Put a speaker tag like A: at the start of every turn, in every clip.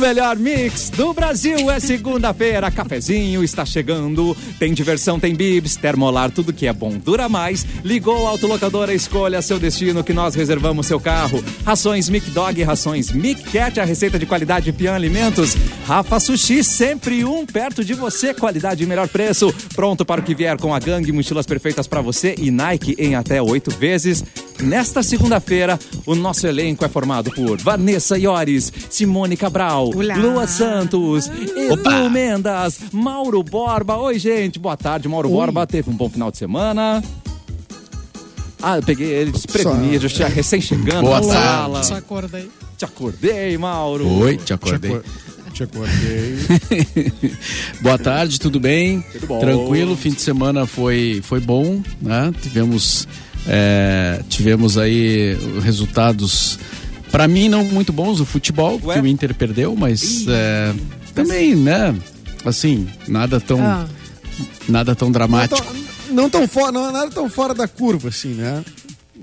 A: melhor mix do Brasil. É segunda-feira, cafezinho está chegando. Tem diversão, tem bibs, termolar, tudo que é bom dura mais. Ligou a autolocadora, escolha seu destino que nós reservamos seu carro. Rações Mic Dog, rações Mic Cat, a receita de qualidade Pian Alimentos. Rafa Sushi, sempre um perto de você, qualidade e melhor preço. Pronto para o que vier com a gangue, mochilas perfeitas para você e Nike em até oito vezes. Nesta segunda-feira, o nosso elenco é formado por Vanessa Iores, Simone Cabral,
B: Olá.
A: Lua Santos, Edu
C: Opa.
A: Mendas, Mauro Borba. Oi, gente, boa tarde. Mauro Borba teve um bom final de semana. Ah, eu peguei ele desprevenido, já recém-chegando
C: Boa
A: na
C: tarde.
A: sala.
D: Só acordei.
A: Te acordei, Mauro.
C: Oi, te acordei.
E: Te acordei.
C: Boa tarde, tudo bem?
A: Tudo bom.
C: Tranquilo, fim de semana foi, foi bom, né? Tivemos, é, tivemos aí resultados, para mim, não muito bons, o futebol,
A: Ué?
C: que o Inter perdeu, mas é, também, né? Assim, nada tão,
D: Ah,
C: nada tão
E: Não
C: dramático.
E: tão- Então, Não tão fora, não é nada tão fora da curva, assim, né?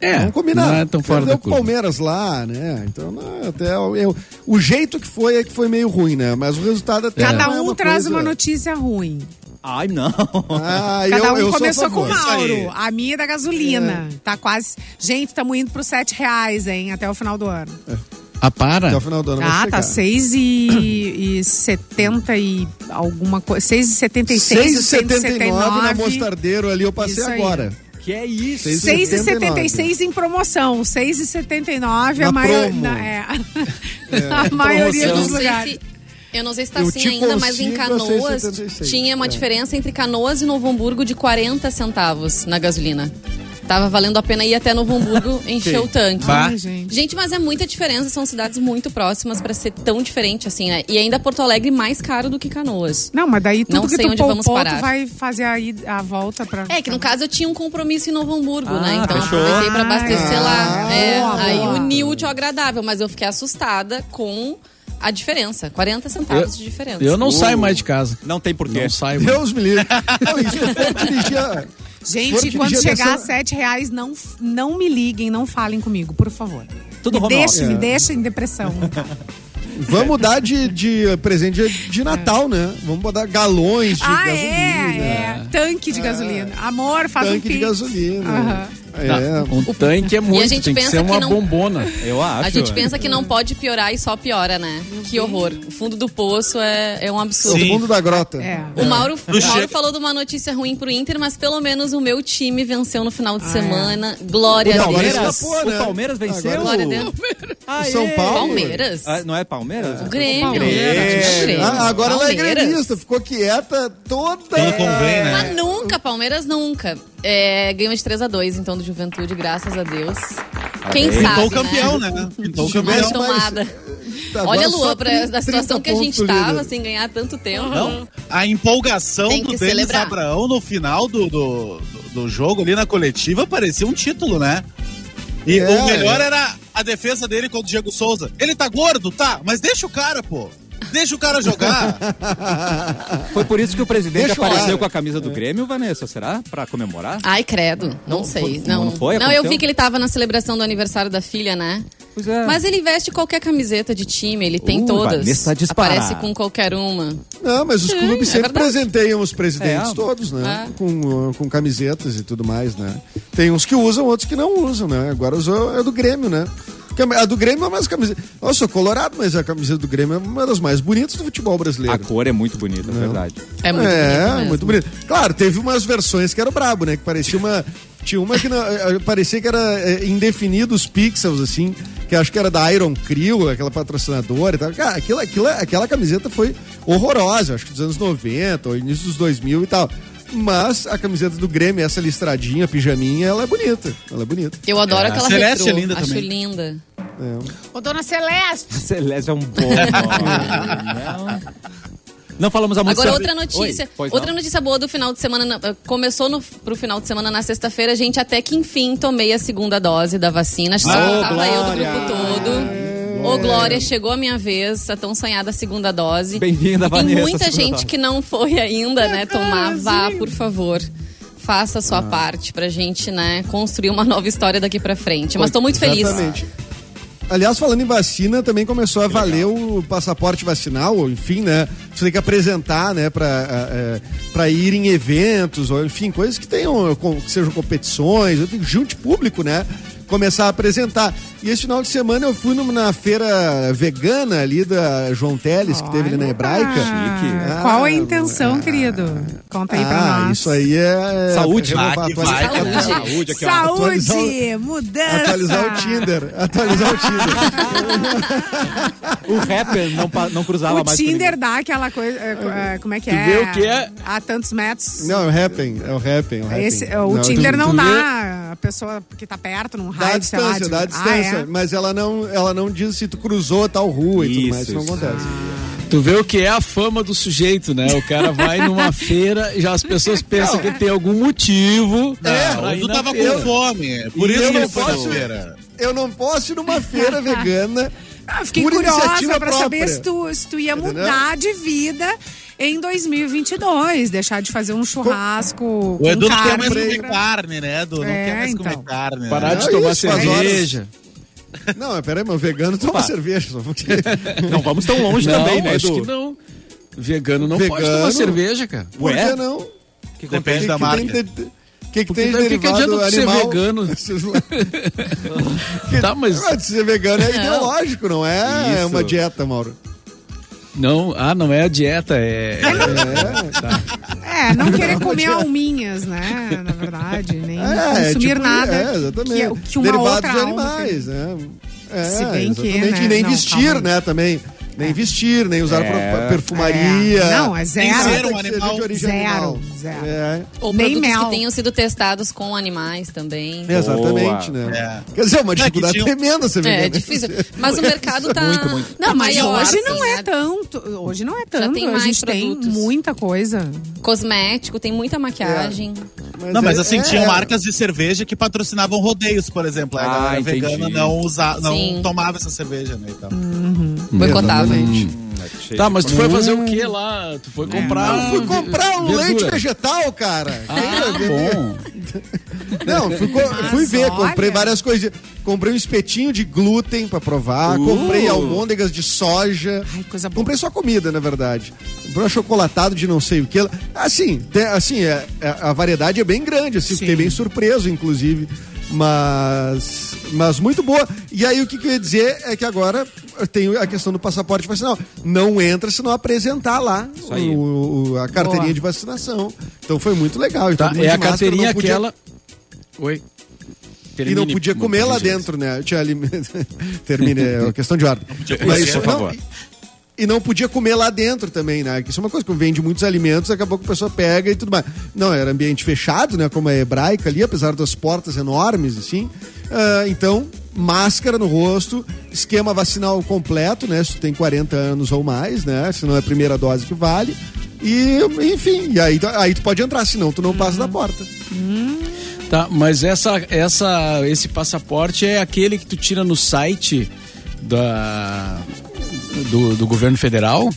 C: É,
E: Vamos combinar.
C: não é tão fora
E: Perdeu
C: da
E: pro
C: curva.
E: Palmeiras lá, né? Então, não, até eu, eu- o jeito que foi é que foi meio ruim, né? Mas o resultado até
B: Cada
E: não é
B: um traz
E: coisa-
B: uma notícia ruim.
A: Ai, não.
E: Ah,
B: Cada
E: eu-
B: um
E: eu sou a
B: começou com o
E: favor.
B: Mauro. A minha é da gasolina. Tá quase. Gente, estamos indo pro 7 reais, hein? Até o final do ano.
C: Ah, para.
E: Até o final do ano vai
B: ah,
E: chegar.
B: tá 6 e, e 70 e alguma coisa. 6 e 76 e
E: 6,79 na
B: 179.
E: Mostardeiro ali, eu passei
B: Isso aí.
E: agora.
A: Que é isso?
E: Seis-
B: 6 e 76 em promoção. 6 e 79 a
E: Na
B: maior,
E: promo.
B: na- é, a maioria
F: Eu
B: dos
F: não sei
B: lugares.
F: se- Eu não sei se tá
E: Eu te
F: assim ainda, mas em
E: consigo a
F: Canoas
E: 6,76.
F: tinha uma
E: É.
F: diferença entre Canoas e Novo Hamburgo de 40 centavos na gasolina. Tava valendo a pena ir até Novo Hamburgo encher o tanque.
C: Bah.
B: Ai, gente.
F: Gente, mas é muita diferença, são cidades muito próximas pra ser tão diferente assim, né? E ainda Porto Alegre mais caro do que Canoas.
B: Não, mas daí tudo
F: Não
B: que
F: sei
B: tu
F: onde vamos
B: poupou, tu
F: parar.
B: vai fazer a, ida- a volta pra.
F: É que no caso eu tinha um compromisso em Novo Hamburgo,
A: Ah,
F: né? Então eu
A: fechou.
F: aproveitei pra abastecer
B: Ah,
F: lá. É,
B: boa,
F: aí
B: boa.
F: uniu o útil ao agradável, mas eu fiquei assustada com a diferença, 40 centavos de diferença.
C: Eu não
A: Uh.
C: saio mais de casa.
A: Não tem porquê.
C: Não saio mais.
E: Deus me livre. Não, isso é foi dirigir a... Foram
B: Gente,
E: dirigir
B: quando
E: a
B: chegar a
E: terceira-
B: 7 reais, não, não me liguem, não falem comigo, por favor.
A: Tudo
B: me
A: home
B: deixa,
A: office.
E: É.
B: me deixa em depressão.
E: Vamos mudar de, de presente de, de Natal, né? Vamos botar galões de
B: ah,
E: gasolina.
B: é, é. Tanque de gasolina. Amor, faz um
E: tanque de
B: pix.
E: gasolina.
B: Aham.
E: É.
C: Não, um tanque é muito,
F: gente
C: tem que
F: pensa
C: ser
F: que
C: uma
F: não-
C: bombona.
A: Eu acho.
F: A gente pensa que não pode piorar e só piora, né? que horror. O fundo do poço é, é um absurdo.
E: O fundo da grota.
B: É.
F: O Mauro, o Mauro
C: chega.
F: falou de uma notícia ruim pro Inter, mas pelo menos o meu time venceu no final de
B: Ah,
F: semana. Glória a
E: Não, agora
F: Deus.
E: ele
A: Palmeiras,
E: escapou, né?
A: O Palmeiras venceu?
F: Glória a Deus.
A: Aê.
E: São Paulo.
F: Palmeiras?
A: Ah, não é Palmeiras?
F: O Grêmio.
A: Palmeiras.
F: O Grêmio.
E: Ah, agora ela é
F: Palmeiras.
E: gremista, ficou quieta toda.
G: Quando convém, né?
F: Mas nunca, Palmeiras nunca. É, ganhou de 3x2, então, do Juventude, graças a Deus. Quem sabe,
G: Pintou o campeão, né? Pintou o
E: Se
G: campeão.
F: Mais
E: tivesse mais-
F: tomada.
E: Tá, agora
F: Olha,
E: só
F: Luan, pra,
E: 30
F: da situação que a gente
E: pontos,
F: tava, assim.
E: líder.
F: sem ganhar tanto tempo.
G: Não, a empolgação
F: Tem
G: do
F: que
G: Denis
F: celebrar.
G: Abraão no final do, do, do- do jogo ali na coletiva parecia um título, né? E
E: É.
G: o melhor era a defesa dele contra o Diego Souza. Ele tá gordo, tá? Mas deixa o cara, pô. Deixa o cara jogar.
A: Foi por isso que o presidente
E: Deixa eu
A: apareceu
E: olhar.
A: com a camisa do Grêmio, Vanessa, será? Pra comemorar?
F: Ai, credo. Não,
A: Não,
F: sei.
A: foi-
F: não,
A: não foi?
F: Não, eu
A: Aconteceu?
F: vi que ele tava na celebração do aniversário da filha, né?
A: Pois
E: Ah.
A: é.
F: Mas ele veste qualquer camiseta de time, ele tem
A: Uh,
F: todas.
A: Vanessa disparada.
F: Aparece com qualquer uma.
E: Não, mas os
F: Sim,
E: clubes
F: é
E: sempre
F: verdade.
E: presenteiam os presidentes
A: É.
E: todos, né?
F: É.
E: Com, uh, com camisetas e tudo mais, né? Tem uns que usam, outros que não usam, né? Agora usou é do Grêmio, né? Cam- A do Grêmio é uma das camisetas. Eu sou colorado, mas a camiseta do Grêmio é uma das mais bonitas do futebol brasileiro.
A: A cor é muito bonita, é verdade.
F: É muito
E: é,
F: bonito mesmo.
E: muito bonito. Claro, teve umas versões que era brabo, né? Que parecia uma. Tinha uma que não- eh, parecia que era eh, indefinido os pixels, assim, que acho que era da Iron Crew, aquela patrocinadora e tal. Cara, aquilo, aquilo- aquela camiseta foi horrorosa, acho que dos anos 90, ou início dos 2000 e tal. Mas a camiseta do Grêmio, essa listradinha, pijaminha, ela é bonita. Ela é bonita.
F: Eu adoro
G: É, a
F: aquela
G: Celeste
F: retrô.
G: é linda
F: Acho
G: também.
F: linda.
E: É.
B: Ô, dona Celeste!
A: Celeste é um bom. nome, não. Não falamos a música.
F: Agora, outra notícia.
A: Oi, pois
F: outra
A: não?
F: notícia boa do final de semana. na- eh, Começou no, pro final de semana na sexta-feira, gente. Até que enfim tomei a segunda dose da vacina. Só
A: Ah,
F: tava eu do
A: Glória!
F: grupo todo. Ô, Glória, chegou a minha vez, a tão sonhada segunda dose.
A: Bem-vinda,
F: E
A: Vanessa,
F: Tem muita
A: segunda
F: gente
A: dose.
F: que não foi
B: É
F: ainda, né? Tomar, vá, por favor. Faça a sua
A: Ah.
F: parte pra gente, né? Construir uma nova história daqui pra frente. Mas tô muito feliz.
E: Exatamente. Aliás, falando em vacina, também começou a valer o passaporte vacinal, enfim, né? Você tem que apresentar, né, pra, eh, pra ir em eventos, ou enfim, coisas que tenham, com- que sejam competições, ou tem- junte público, né? Começar a apresentar. E esse final de semana eu fui numa- na feira vegana ali da João Teles, que teve ali na
B: Olha.
E: Hebraica.
B: Ah, Qual é a intenção, querido? Conta aí pra
E: Ah,
B: nós.
E: isso aí é.
A: Saúde.
E: renovar a
G: Vai que
E: atualiza-
G: vai, né?
F: cara.
A: Saúde aqui, ó.
E: Atualizar
B: Saúde,
E: o-
B: mudança.
E: Atualizar o Tinder. Atualizar o Tinder.
A: O rapper não, pa- não cruzava
B: O
A: mais por
B: Tinder
A: ninguém.
B: dá aquela coisa. eh, eh, Como é que
C: Tu
B: é?
C: vê o que é?
B: Há tantos metros.
E: Não, é o Happen. É o Happen. É o, Happn.
B: Esse, o
E: Não,
B: Tinder
E: tu-
B: não
E: tu vê-
B: dá. A pessoa que tá perto, num
E: Dá a
B: raio, sei lá.
E: distância,
B: de-
E: dá a distância.
B: Ah, é?
E: Mas ela não, ela não diz se tu cruzou tal rua e
A: Isso,
E: tudo mais. Isso não
A: isso.
E: acontece.
C: Tu vê o que é a fama do sujeito, né? O cara vai numa feira e já as pessoas pensam que tem algum motivo.
G: É,
C: pra ir
G: tu
C: na
G: tava
C: feira.
G: com fome. Por
E: E
G: isso
E: eu
G: que
E: não
G: ele foi na
E: posso-
G: feira.
E: Eu não posso ir numa feira vegana.
B: Ah, fiquei
E: por
B: curiosa
E: iniciativa
B: pra saber
E: própria.
B: se tu, se tu ia
E: Entendeu?
B: mudar de vida em 2022. Deixar de fazer um churrasco.
G: O Edu
B: com
G: não quer
B: carne.
G: mais comer carne, né, Edu? Não
B: É,
G: quer mais
B: então.
G: comer carne. né?
C: Parar de
E: Não,
C: tomar
E: isso, faz horas.
C: cerveja.
E: Não, mas peraí, meu vegano toma cerveja. Só porque...
A: Não vamos tão longe
C: Não,
A: também, né,
C: acho
A: Edu?
C: que não. Vegano não pode
E: Vegano?
C: tomar cerveja, cara.
E: Por
A: Ué?
E: que não?
A: Que
G: Depende
A: acontece?
G: da marca.
E: tem de- O que, que
C: Porque
E: tem de
C: daí o que que
E: derivado
C: adianta tu ser
E: animal?
C: vegano?
E: Que-
C: Tá, mas-
E: Mas ser vegano é ideológico, não é
A: Isso.
E: uma dieta, Mauro.
C: Não, ah, não é a dieta, é.
B: É, não querer comer alminhas, né? Na verdade, nem
E: É,
B: consumir
E: tipo,
B: nada.
E: É, exatamente.
B: Que, que uma
E: Derivados
B: outra
E: de
B: alma
E: animais, né? É,
B: Se bem que,
E: exatamente.
B: né?
E: E nem
B: Não,
E: vestir,
B: calma aí.
E: né, também. Nem vestir, nem usar
A: É.
E: pra- pra perfumaria.
B: É. Não, é zero.
E: Nem nada
G: Zero um
E: que seja
G: animal.
E: de origem
B: Zero,
E: animal.
B: zero.
E: É,
F: Ou
B: Nem
F: produtos
B: mel.
F: que tenham sido testados com animais também.
E: é, Exatamente, né? Quer dizer, é uma
G: Não, é que
E: dificuldade
G: tinha um-
E: tremenda né. ser
F: É,
E: vegano.
F: é difícil. Mas o mercado tá.
A: Muito, muito.
F: tá
B: Não, mas
F: maior,
B: hoje
F: assim,
B: não é
F: né?
B: tanto. Hoje não é tanto.
F: tem
B: a
F: mais
B: gente tem
F: produtos.
B: muita coisa.
F: Cosmético, tem muita maquiagem.
G: Não, mas
E: é-
G: assim,
E: é-
G: tinham marcas de cerveja que patrocinavam rodeios, por exemplo. Aí A
A: Ah,
G: galera
A: entendi.
G: vegana não, usa, não
F: Sim.
G: tomava essa cerveja, né? Então.
E: Hum.
F: Boicotava.
C: Tá, mas tu foi fazer o que lá? Tu foi comprar.
E: Eu fui comprar um
C: verdura.
E: leite vegetal, cara.
C: Ah, bom.
E: Não, fui, co- fui ver,
B: olha.
E: comprei várias coisas. Comprei um espetinho de glúten pra provar,
A: Uh.
E: comprei almôndegas de soja.
B: Ai, coisa boa.
E: Comprei só comida, na verdade. Comprei um chocolatado de não sei o que. Assim, tem- assim é- é- a variedade é bem grande, assim, fiquei
B: Sim.
E: bem surpreso, inclusive. Mas, mas muito boa. E aí o que, que eu ia dizer é que agora tem a questão do passaporte vacinal. Não entra se não apresentar lá
A: aí.
E: o- o- a carteirinha
B: Boa.
E: de vacinação. Então foi muito legal. e
C: Tá,
E: todo mundo
C: é a
E: de máscara,
C: carteirinha
E: não podia-
C: aquela. Oi.
E: e não
C: Termine,
E: podia
C: mano,
E: comer lá
C: gente.
E: dentro, né? Tinha alimento. Termine, é uma questão de ordem.
G: comer,
A: por favor.
E: não- e não podia comer lá dentro também, né? Que Isso é uma coisa que vende muitos alimentos, daqui a pouco a pessoa pega e tudo mais. Não, era ambiente fechado, né? Como é hebraica ali, apesar das portas enormes, assim. Ah, então, máscara no rosto, esquema vacinal completo, né? Se tu tem 40 anos ou mais, né? Se não é a primeira dose que vale. E, enfim, e aí, aí tu pode entrar, senão tu não passa da porta.
C: Tá, mas essa, essa, esse passaporte é aquele que tu tira no site da, do, do governo federal?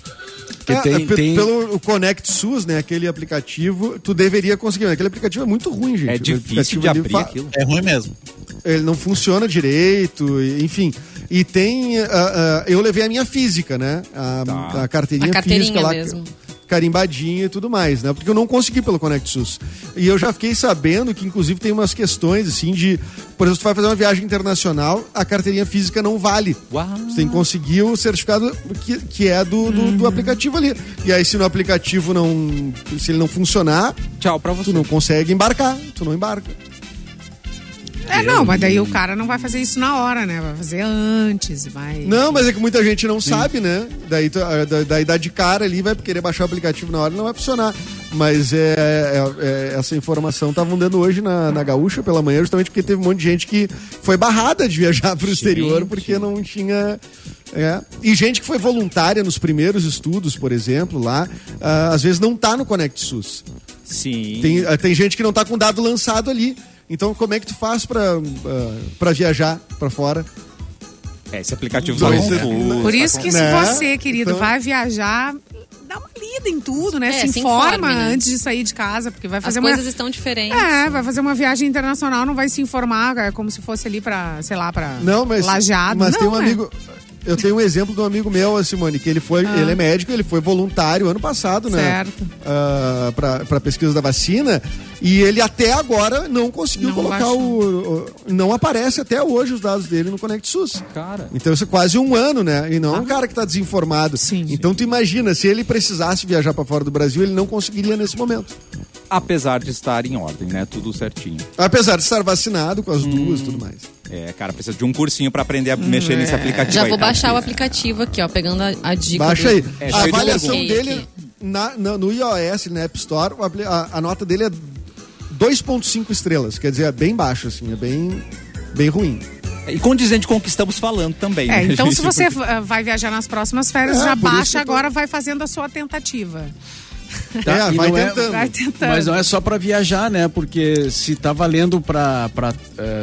C: Que
E: É,
C: tem,
E: pe-
C: tem-
E: Pelo o Connect SUS, né? Aquele aplicativo, tu deveria conseguir. mas Aquele aplicativo é muito ruim, gente.
A: É
E: O
A: difícil
E: aplicativo
A: de
E: ali
A: abrir
E: fa-
A: aquilo.
G: É ruim mesmo.
E: Ele não funciona direito, e- enfim. E tem. ah, ah, eu levei a minha física, né? A,
A: Tá.
E: a carteirinha,
F: A carteirinha
E: física lá.
F: mesmo.
E: Carimbadinha e tudo mais, né? Porque eu não consegui pelo Connect SUS. E eu já fiquei sabendo que, inclusive, tem umas questões, assim, de. Por exemplo, tu vai fazer uma viagem internacional, a carteirinha física não vale.
A: Uau.
E: Você tem que conseguir o certificado que, que é do, do,
A: Uhum.
E: do aplicativo ali. E aí, se no aplicativo não. Se ele não funcionar,
A: Tchau pra
E: tu
A: você.
E: não consegue embarcar. Tu não embarca.
B: É, não, mas daí o cara não vai fazer isso na hora, né? Vai fazer antes, vai.
E: Não, mas é que muita gente não sabe, né? Daí, tu- ah, da- daí dá de cara ali, vai querer baixar o aplicativo na hora e não vai funcionar. Mas é, é- é- essa informação estavam dando hoje na, na Gaúcha pela manhã, justamente porque teve um monte de gente que foi barrada de viajar pro exterior porque não tinha. é. E gente que foi voluntária nos primeiros estudos, por exemplo, lá, ah, às vezes não tá no Conect SUS.
A: Sim.
E: Tem, ah, tem gente que não tá com dado lançado ali. Então, como é que tu faz pra, ah, pra viajar pra fora?
A: É, esse aplicativo tá
E: Dois-
A: confuso.
B: Por isso que se
E: Né?
B: você, querido,
E: Então-
B: vai viajar, dá uma lida em tudo, né?
F: É,
B: se,
F: se
B: informa
F: informe, né?
B: antes de sair de casa, porque vai
F: As
B: fazer uma.
F: coisas estão diferentes.
B: É, vai fazer uma viagem internacional, não vai se informar, é como se fosse ali pra, sei lá, pra
E: Não, mas.
B: Lajeado.
E: Mas tem
B: Não,
E: um
B: é. Ah.
E: amigo. Eu tenho um exemplo de um amigo meu, a Simone, que ele foi, ele é médico, ele foi voluntário ano passado, né?
B: Certo.
E: Ah, pra para pesquisa da vacina. E ele até agora não conseguiu
B: Não
E: colocar
B: baixou.
E: o, o- Não aparece até hoje os dados dele no Connect SUS.
A: Cara.
E: Então isso é quase um ano, né? E não é um cara que tá desinformado.
B: Ah. Sim.
E: Então tu imagina, se ele precisasse viajar para fora do Brasil, ele não conseguiria nesse momento.
A: Apesar de estar em ordem, né? Tudo certinho.
E: Apesar de estar vacinado com as duas e tudo mais.
A: É, cara, precisa de um cursinho pra aprender a mexer nesse aplicativo
F: Já
A: aí,
F: vou
A: tá?
F: baixar o aplicativo aqui, ó, pegando a, a dica.
E: Baixa
F: do-
E: aí.
A: É,
E: a
A: cheio de
E: avaliação
F: pergunta.
E: dele na- na- no iOS, na né, App Store, o apli- a, a nota dele é 2.5 estrelas. Quer dizer, é bem baixo, assim, é bem, bem ruim.
A: E condizente com o que estamos falando também.
B: É,
A: né,
B: então
A: gente?
B: se você eh, vai viajar nas próximas férias,
E: É,
B: já
E: por isso
B: baixa
E: que eu tô-
B: agora, vai fazendo a sua tentativa.
E: É,
C: e
E: vai
C: não é-
E: tentando.
B: Vai tentando.
C: Mas não é só para viajar, né? Porque se tá valendo para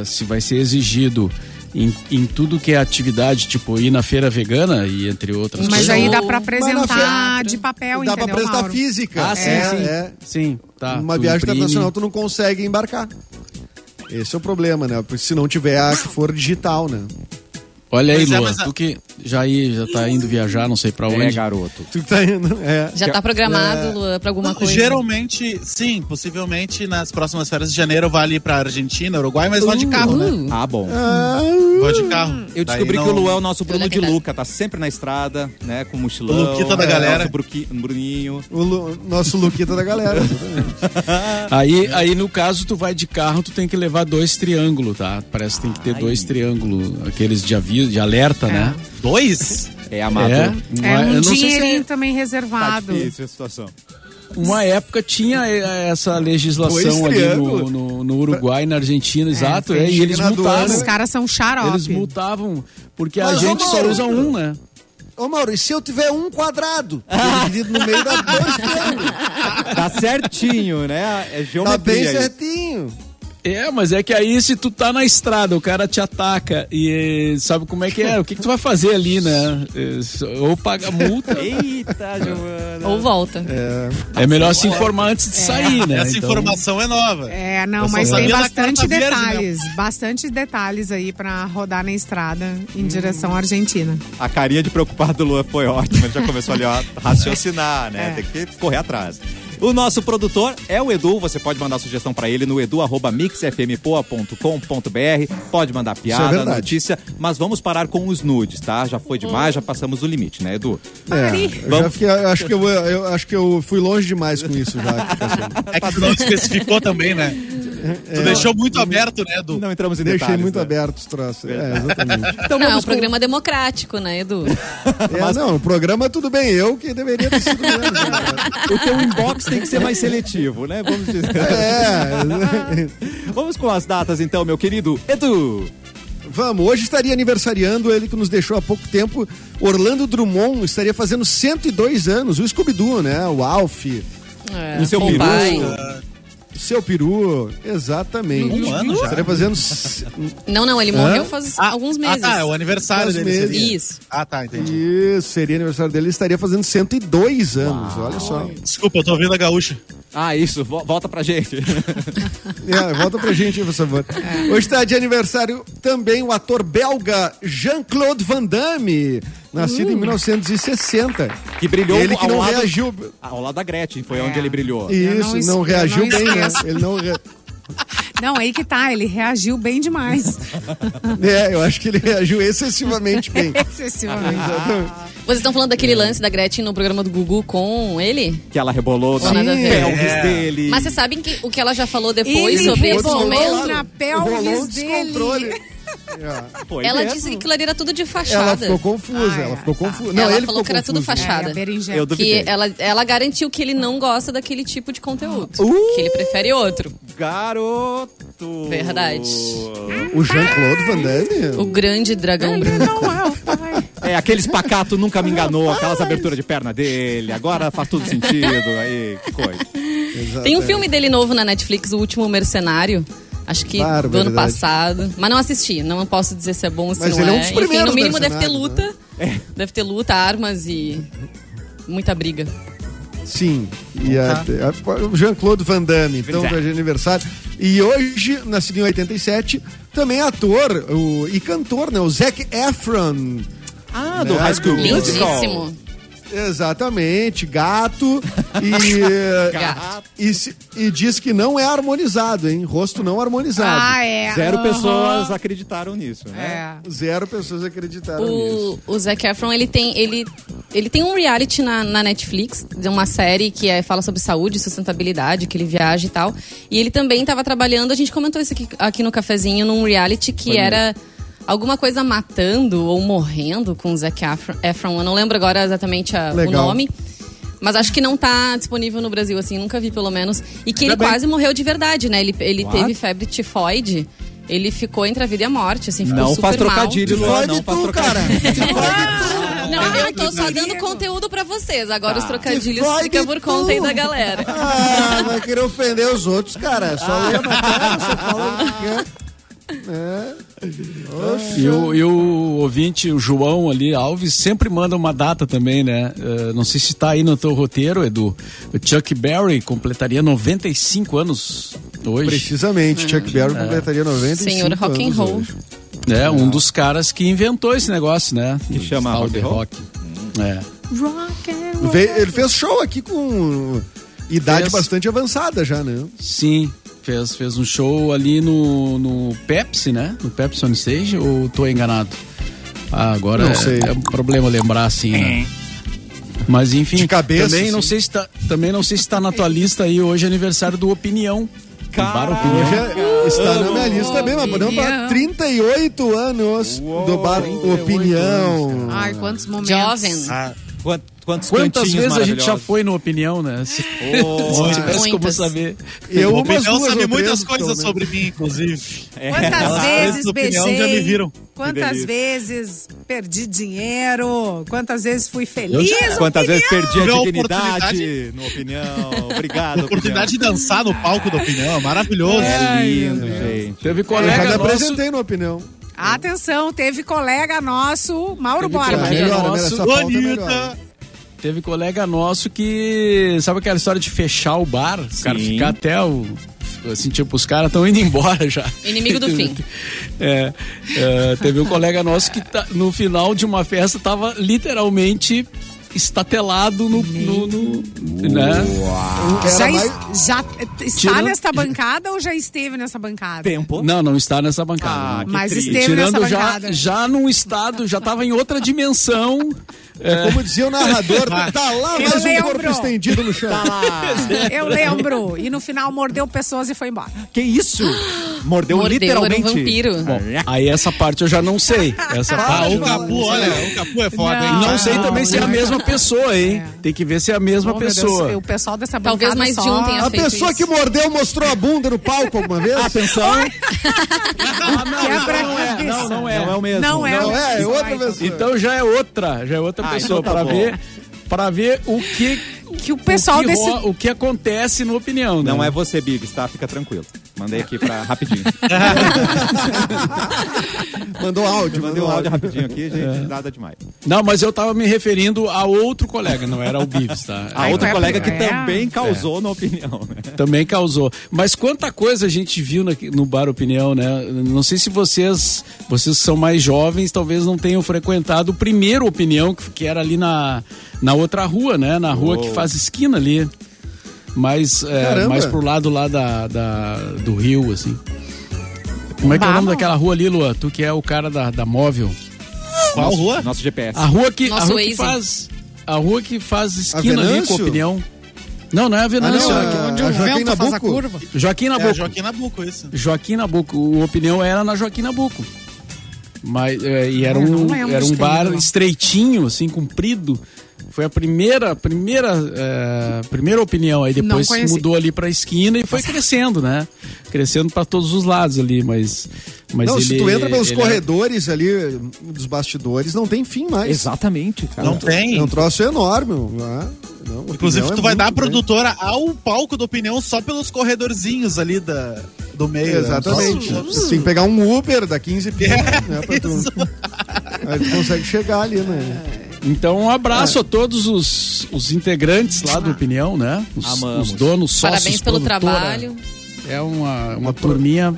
C: se vai ser exigido em, em tudo que é atividade, tipo ir na feira vegana e entre outras
B: Mas
C: coisas.
B: aí dá
F: Ou-
B: pra
F: mas
B: apresentar
E: feira-
B: de papel,
E: Dá pra
B: entendeu,
E: apresentar
B: Mauro?
E: física.
C: Ah, sim,
E: É,
C: sim.
E: é.
C: Sim, tá.
E: Uma
C: Tu
E: viagem
C: imprime.
E: internacional tu não consegue embarcar. Esse é o problema, né? Porque se não tiver a que for digital, né?
C: Olha aí,
G: Pois é,
C: Luan,
G: mas a-
C: tu que já, ir, já tá indo viajar, não sei para
G: Então,
A: É,
C: onde.
A: garoto.
E: Tu tá indo. É.
F: Já tá programado, Luan, pra alguma coisa?
G: Geralmente, sim, possivelmente nas próximas férias de janeiro vale pra Argentina, Uruguai, mas vou de carro, né?
F: Uh,
A: Ah, bom.
E: Hum.
G: Vou de carro.
A: Eu
G: Daí
A: descobri
G: não-
A: que o Luan é o nosso Bruno
F: Olha
A: de
F: que dá.
A: Luca, tá sempre na estrada, né? Com mochilão.
G: O Luquita da
A: é,
G: galera.
A: Nosso Bruqui- Bruninho.
E: O Lu- nosso Luquita da galera. exatamente.
C: Aí, aí, no caso, tu vai de carro, tu tem que levar dois triângulos, tá? Parece que tem que ter
A: Ai.
C: dois triângulos, aqueles de aviso, de alerta, né?
G: Dois?
A: É amado.
B: É
C: eu
B: um
C: não sei se é-
B: dinheirinho também
A: Tá
B: reservado.
A: difícil a situação.
C: Uma época tinha eh, essa legislação
E: Dois
C: ali no,
E: triângulos.
C: no, no Uruguai, na Argentina, exato. é, e eles
E: chega na
C: multavam.
B: Os
E: aduana.
B: caras são
C: Eles
B: xarope.
C: multavam, porque a
E: Mas,
C: gente
E: ô,
C: só
E: Mauro,
C: usa um, né?
E: Ô, Mauro, e se eu tiver um quadrado? Dividido no meio da dois triângulos.
A: Tá certinho, né? É
E: Tá bem
A: geometria. aí.
E: certinho.
C: É, mas é que aí se tu tá na estrada, o cara te ataca e eh, sabe como é que é, o que, que tu vai fazer ali, né? Eh, Ou paga multa.
A: Eita, Giovana.
F: ou volta.
C: É melhor se informar antes de sair, né?
G: Essa
C: Então-
G: informação é nova.
B: É, não,
G: Eu só
B: mas tem
G: sabia na
B: bastante
G: Carta Verde,
B: detalhes. bastante detalhes aí pra rodar na estrada em direção à Argentina.
A: A carinha de preocupado do Luan foi ótima. Ele já começou ali ó, a raciocinar, né?
B: É.
A: Tem que correr atrás. O nosso produtor é o Edu. Você pode mandar sugestão pra ele no edu@mixfmpoa.com.br. Pode mandar piada,
E: é verdade.
A: notícia, mas vamos parar com os nudes, tá? Já foi demais, já passamos o limite, né, Edu?
E: É, eu já fiquei, eu acho que eu, eu acho que eu fui longe demais com isso já. Cassiano.
G: É que tu não especificou também, né? Tu
E: É.
G: deixou muito aberto, né, Edu?
A: Não entramos em
E: Deixei
A: detalhes.
E: muito
A: né?
E: aberto os troços. É, exatamente.
A: Então
F: não, é um
A: vamos com-
F: programa democrático, né, Edu?
E: É, não, o programa tudo bem, eu que deveria ter sido menos, né?
A: O teu inbox tem que ser mais seletivo, né? Vamos dizer.
E: É.
A: Vamos com as datas então, meu querido Edu.
E: Vamos, hoje estaria aniversariando ele que nos deixou há pouco tempo. Orlando Drummond estaria fazendo 102 anos, o Scooby-Doo, né? O Alf,
F: É,
A: O seu
F: bom
A: peru.
F: pai.
E: o seu peru, exatamente.
G: Um ano já?
E: Estaria fazendo c-
F: Não, não, ele morreu faz alguns meses.
G: Ah, tá, é o aniversário
E: Alguns
G: dele.
E: meses.
G: seria.
F: Isso.
G: Ah, tá, entendi.
E: Isso, seria aniversário dele, ele estaria fazendo 102 anos, olha só.
G: Desculpa, eu tô ouvindo a gaúcha.
A: Ah, isso, vo- volta pra gente.
E: É, volta pra gente, por favor. Hoje tá de aniversário também o ator belga Jean-Claude Van Damme, nascido em 1960.
A: Que brilhou
E: ele que
A: ao
E: não
A: lado
E: reagiu.
A: ao lado da Gretchen, foi
B: É.
A: onde ele brilhou.
B: Eu
E: Isso,
B: não es-
E: não,
B: eu
E: reagiu
B: não
E: bem, né?
B: esqueço.
E: Ele não. re-
B: Não, aí que tá, ele reagiu bem demais.
E: É, eu acho que ele reagiu excessivamente bem. Ah.
B: Excessivamente.
F: Vocês estão falando daquele lance da Gretchen no programa do Gugu com ele?
A: Que ela rebolou na
F: Nada a ver. É.
A: pelvis dele.
F: Mas vocês sabem que, o que ela já falou depois
B: Ele
F: sobre esse
E: Outros
B: rebolou
F: momento?
B: na
E: Rolou
B: pelvis
E: um
B: dele.
E: descontrole. É,
A: Foi
F: Ela
A: mesmo.
F: disse que aquilo ali era tudo de
E: Ela
F: fachada.
E: ficou confusa,
B: Ah, é,
E: ela ficou
B: tá.
E: confusa. Não,
F: Ela
E: ele
F: falou
E: ficou
F: que era tudo
E: confuso, né?
B: É,
F: fachada.
B: a berinjela.
A: Eu
F: que
A: duvidei.
F: ela, ela garantiu que ele não gosta daquele tipo de conteúdo.
A: Uh!
F: Que ele prefere outro.
A: Garoto.
F: Verdade.
E: O Jean-Claude Van
F: O
E: Damme?
F: grande dragão
B: Ele
F: branco.
B: não é o pai.
A: É, aqueles pacato nunca me enganou, aquelas aberturas de perna dele. Agora faz todo sentido. Aí, que coisa.
F: Tem um filme dele novo na Netflix, O Último Mercenário. Acho que
E: Claro,
F: do ano
E: verdade.
F: passado. Mas não assisti, não posso dizer se é bom ou se
E: Mas
F: não
E: ele é um
F: é.
E: dos né?
F: Enfim, no
E: primeiros
F: mínimo deve ter
E: mercenários,
F: luta. Deve ter luta, armas e. muita briga.
E: Sim. E a- a- o Jean-Claude Van Damme, então,
A: Van
E: vai de aniversário. E hoje, nascido em 87, também é ator o- e cantor, né? O Zac Efron.
A: Ah, do
E: Né?
A: High School Musical.
F: Lindíssimo.
E: Exatamente, gato. E, eh,
F: Gato.
E: E, se- e diz que não é harmonizado, hein? Rosto não harmonizado.
B: Ah, é.
A: Zero
B: Aham.
A: pessoas acreditaram nisso, né?
B: É.
E: Zero pessoas acreditaram nisso.
F: O, o Zac Efron, ele tem, ele, ele tem um reality na, na Netflix, de uma série que é, fala sobre saúde, sustentabilidade, que ele viaja e tal. E ele também estava trabalhando, a gente comentou isso aqui, aqui no cafezinho, num reality que era alguma coisa matando ou morrendo com o Zac Afro- Efron. Eu não lembro agora exatamente a- o
E: Legal.
F: nome. Mas acho que não tá disponível no Brasil, assim, nunca vi pelo menos. E que ele
G: Ainda bem.
F: quase morreu de verdade, né? Ele, ele
A: What?
F: teve febre tifoide. Ele ficou entre a vida e a morte, assim, ficou
A: Não
F: super
A: faz
F: mal.
A: trocadilho, Luan,
E: Fode
A: não faz
E: tu, cara.
A: trocadilho.
F: Não, eu tô só dando conteúdo pra vocês. Agora os trocadilhos
E: Freud
F: ficam por
E: tu.
F: conta aí da galera.
E: Ah, vai querer ofender os outros, cara. É Só lê na cara, só fala o que quer. É.
C: E o, e o ouvinte, o João ali, Alves, sempre manda uma data também, né? Eh, não sei se tá aí no teu roteiro, Edu. O Chuck Berry completaria 95 anos hoje.
E: Precisamente, Chuck
G: É.
E: Berry completaria 95
F: Senhor rock and
E: anos
F: roll.
E: hoje.
C: É, um dos caras que inventou esse negócio, né? Que
A: chama rock and roll?
C: rock. É.
E: Ve- Ele fez show aqui com idade
C: Fez.
E: bastante avançada já, né?
C: Sim, fez, fez um show ali no, no Pepsi, né? No Pepsi On Stage, ou tô enganado? Ah, agora
E: Não
C: é,
E: sei.
C: é um problema lembrar assim, né? Mas enfim,
E: De cabeça, assim.
C: também, não
E: sim.
C: sei se tá, também não sei se tá na tua lista aí hoje é aniversário do Opinião. Bar
A: Caraca.
C: Opinião.
E: Hoje é- está na minha lista também, mas podemos falar
B: opinião.
E: 38 anos do bar
A: 38
E: Opinião.
B: Ai, quantos momentos.
F: Jovem.
G: Ah,
A: Quant- Quantos
C: Quantas
A: cantinhos
C: vezes a gente já
A: maravilhosos.
C: foi no Opinião, né? Se, se tivesse como
F: Muitas.
C: saber.
E: Eu
G: o
E: umas
G: opinião
E: duas
G: sabe
E: ou
G: muitas
E: três,
G: coisas
E: pelo menos.
G: sobre mim, inclusive.
A: É,
B: Quantas
G: Elas,
B: vezes
G: essa opinião,
B: beijei?
G: já me viram.
B: Quantas
A: delícia.
B: vezes perdi dinheiro? Quantas vezes fui feliz?
A: Quantas vezes perdi a
G: Tive a
A: dignidade no opinião? Obrigado,
G: Oportunidade de dançar no palco da opinião, é maravilhoso.
A: opinião. É lindo, gente.
C: Teve
E: Eu já me
C: colega nosso
E: apresentei no Opinião.
B: Atenção, teve colega nosso, Mauro
C: Teve
E: Ah,
G: É
C: Olha,
B: Borba.
C: colega.
E: melhora,
C: nosso-
E: melhora, essa pauta melhora.
G: Bonita.
C: Teve colega nosso que. Sabe aquela história de fechar o bar? Os caras
A: Sim.
C: ficar até o. Assim, tipo, os caras estão indo embora já.
F: Inimigo do fim.
C: É, é, teve um colega nosso que tá- no final de uma festa tava literalmente estatelado no. no, no- né?
E: Era
B: Já,
E: mais-
B: es- já está
C: Tirando-
B: nesta bancada ou já esteve nessa bancada?
E: um
A: Tempo. né?
C: Não, não está nessa bancada.
A: Ah,
C: né?
A: que
B: Mas
A: triste.
B: esteve nessa
C: Tirando já,
B: bancada.
C: já num estado, já tava em outra dimensão.
E: É como dizia o narrador,
G: Ah.
E: tá lá
B: Eu
E: mais um
B: lembro.
E: corpo estendido no chão.
F: Tá
B: Eu lembro. E no final mordeu pessoas e foi embora.
A: Que isso? Mordeu,
F: Mordeu,
A: literalmente.
F: era um vampiro.
C: Bom, aí essa parte eu já não sei. Essa
G: Ah,
C: parte.
G: o Capu, olha, o Capu é foda,
B: Não.
G: hein?
C: Não sei também se é a mesma pessoa, hein?
B: É.
C: Tem que ver se é a mesma
B: Oh, meu Deus,
C: pessoa.
B: o pessoal dessa bancada
F: Talvez mais
B: só...
F: de um tenha
E: A
F: feito
E: pessoa
F: isso.
E: que mordeu mostrou a bunda no palco alguma vez?
A: Atenção.
C: Ah, não,
B: Quebra
C: então não é,
B: cabeça.
C: não, não
A: Não é
C: é.
A: o mesmo.
B: Não é.
E: Não, é, é outra
B: Ai,
E: pessoa.
C: Então já é outra, já é outra
A: Ah,
C: pessoa
A: então tá bom.
C: pra ver, para ver o que
B: Que o pessoal
C: o que,
B: desse-
C: ro- o que acontece no opinião, né?
A: Não é você, Biggs, tá? Fica tranquilo. Mandei aqui pra rapidinho.
E: Mandou áudio,
A: Mandei um áudio É. rapidinho aqui, gente. Nada demais.
C: Não, mas eu tava me referindo a outro colega, não era o Bives, tá?
A: A
B: Aí
A: outra
B: vai-
A: colega que
B: é.
A: também causou na opinião, né?
C: Também causou. Mas quanta coisa a gente viu na- no Bar Opinião, né? Não sei se vocês, vocês que são mais jovens, talvez não tenham frequentado o primeiro Opinião, que, que era ali na, na outra rua, né? Na rua que faz esquina ali. Mais, é,
E: Caramba.
C: mais pro lado lá da, da- do rio, assim. Como é que é o
B: Bah,
C: nome
B: não.
C: daquela rua ali, Lua? Tu que é o cara da, da móvel.
G: Qual rua?
A: Nosso GPS.
C: A rua que, a
F: Nosso
C: rua que
F: Waze.
C: faz. A rua que faz esquina ali com
E: Venâncio?
C: Opinião. Não, não é a
E: Ah,
C: Venâncio.
E: não,
C: é aqui-
E: a-
B: Onde
E: a
B: o
E: Joaquim
B: vento faz a
E: Nabuco.
B: curva.
C: Joaquim
G: É a
C: Nabuco.
G: Joaquim Nabuco, isso.
C: Joaquim Nabuco. O opinião era na Joaquim Nabuco. Mas, é, e era
B: Eu não
C: um,
B: lembro
C: era
B: de
C: um
B: ter
C: bar
B: ido lá.
C: estreitinho, assim, comprido. Foi a primeira, primeira, é, primeira opinião. Aí depois
B: conheci. Tá
C: mudou ali pra esquina e foi crescendo, né? Crescendo pra todos os lados ali, mas. mas
E: Não,
C: ele,
E: se tu entra pelos
C: ele é era-
E: corredores ali, um dos bastidores, não tem fim mais.
A: Exatamente, cara.
G: Não tem.
E: É um troço enorme. meu. Ah, não,
G: Inclusive,
E: opinião
G: tu
E: é
G: vai
E: muito
G: dar a
E: grande.
G: produtora ao palco da opinião só pelos corredorzinhos ali da, do meio. né?
E: É, Exatamente.
G: Só-
E: Você tem que pegar um Uber da 15 pila, né? Pra tu,
G: Isso.
E: aí tu consegue chegar ali, né?
C: Então, um
B: É.
C: abraço a todos os, os integrantes lá
B: Ah.
C: do Opinião, né? Os,
A: Amamos.
C: os donos, sócios,
F: Parabéns pelo
C: produtora.
F: trabalho.
C: É uma, uma turminha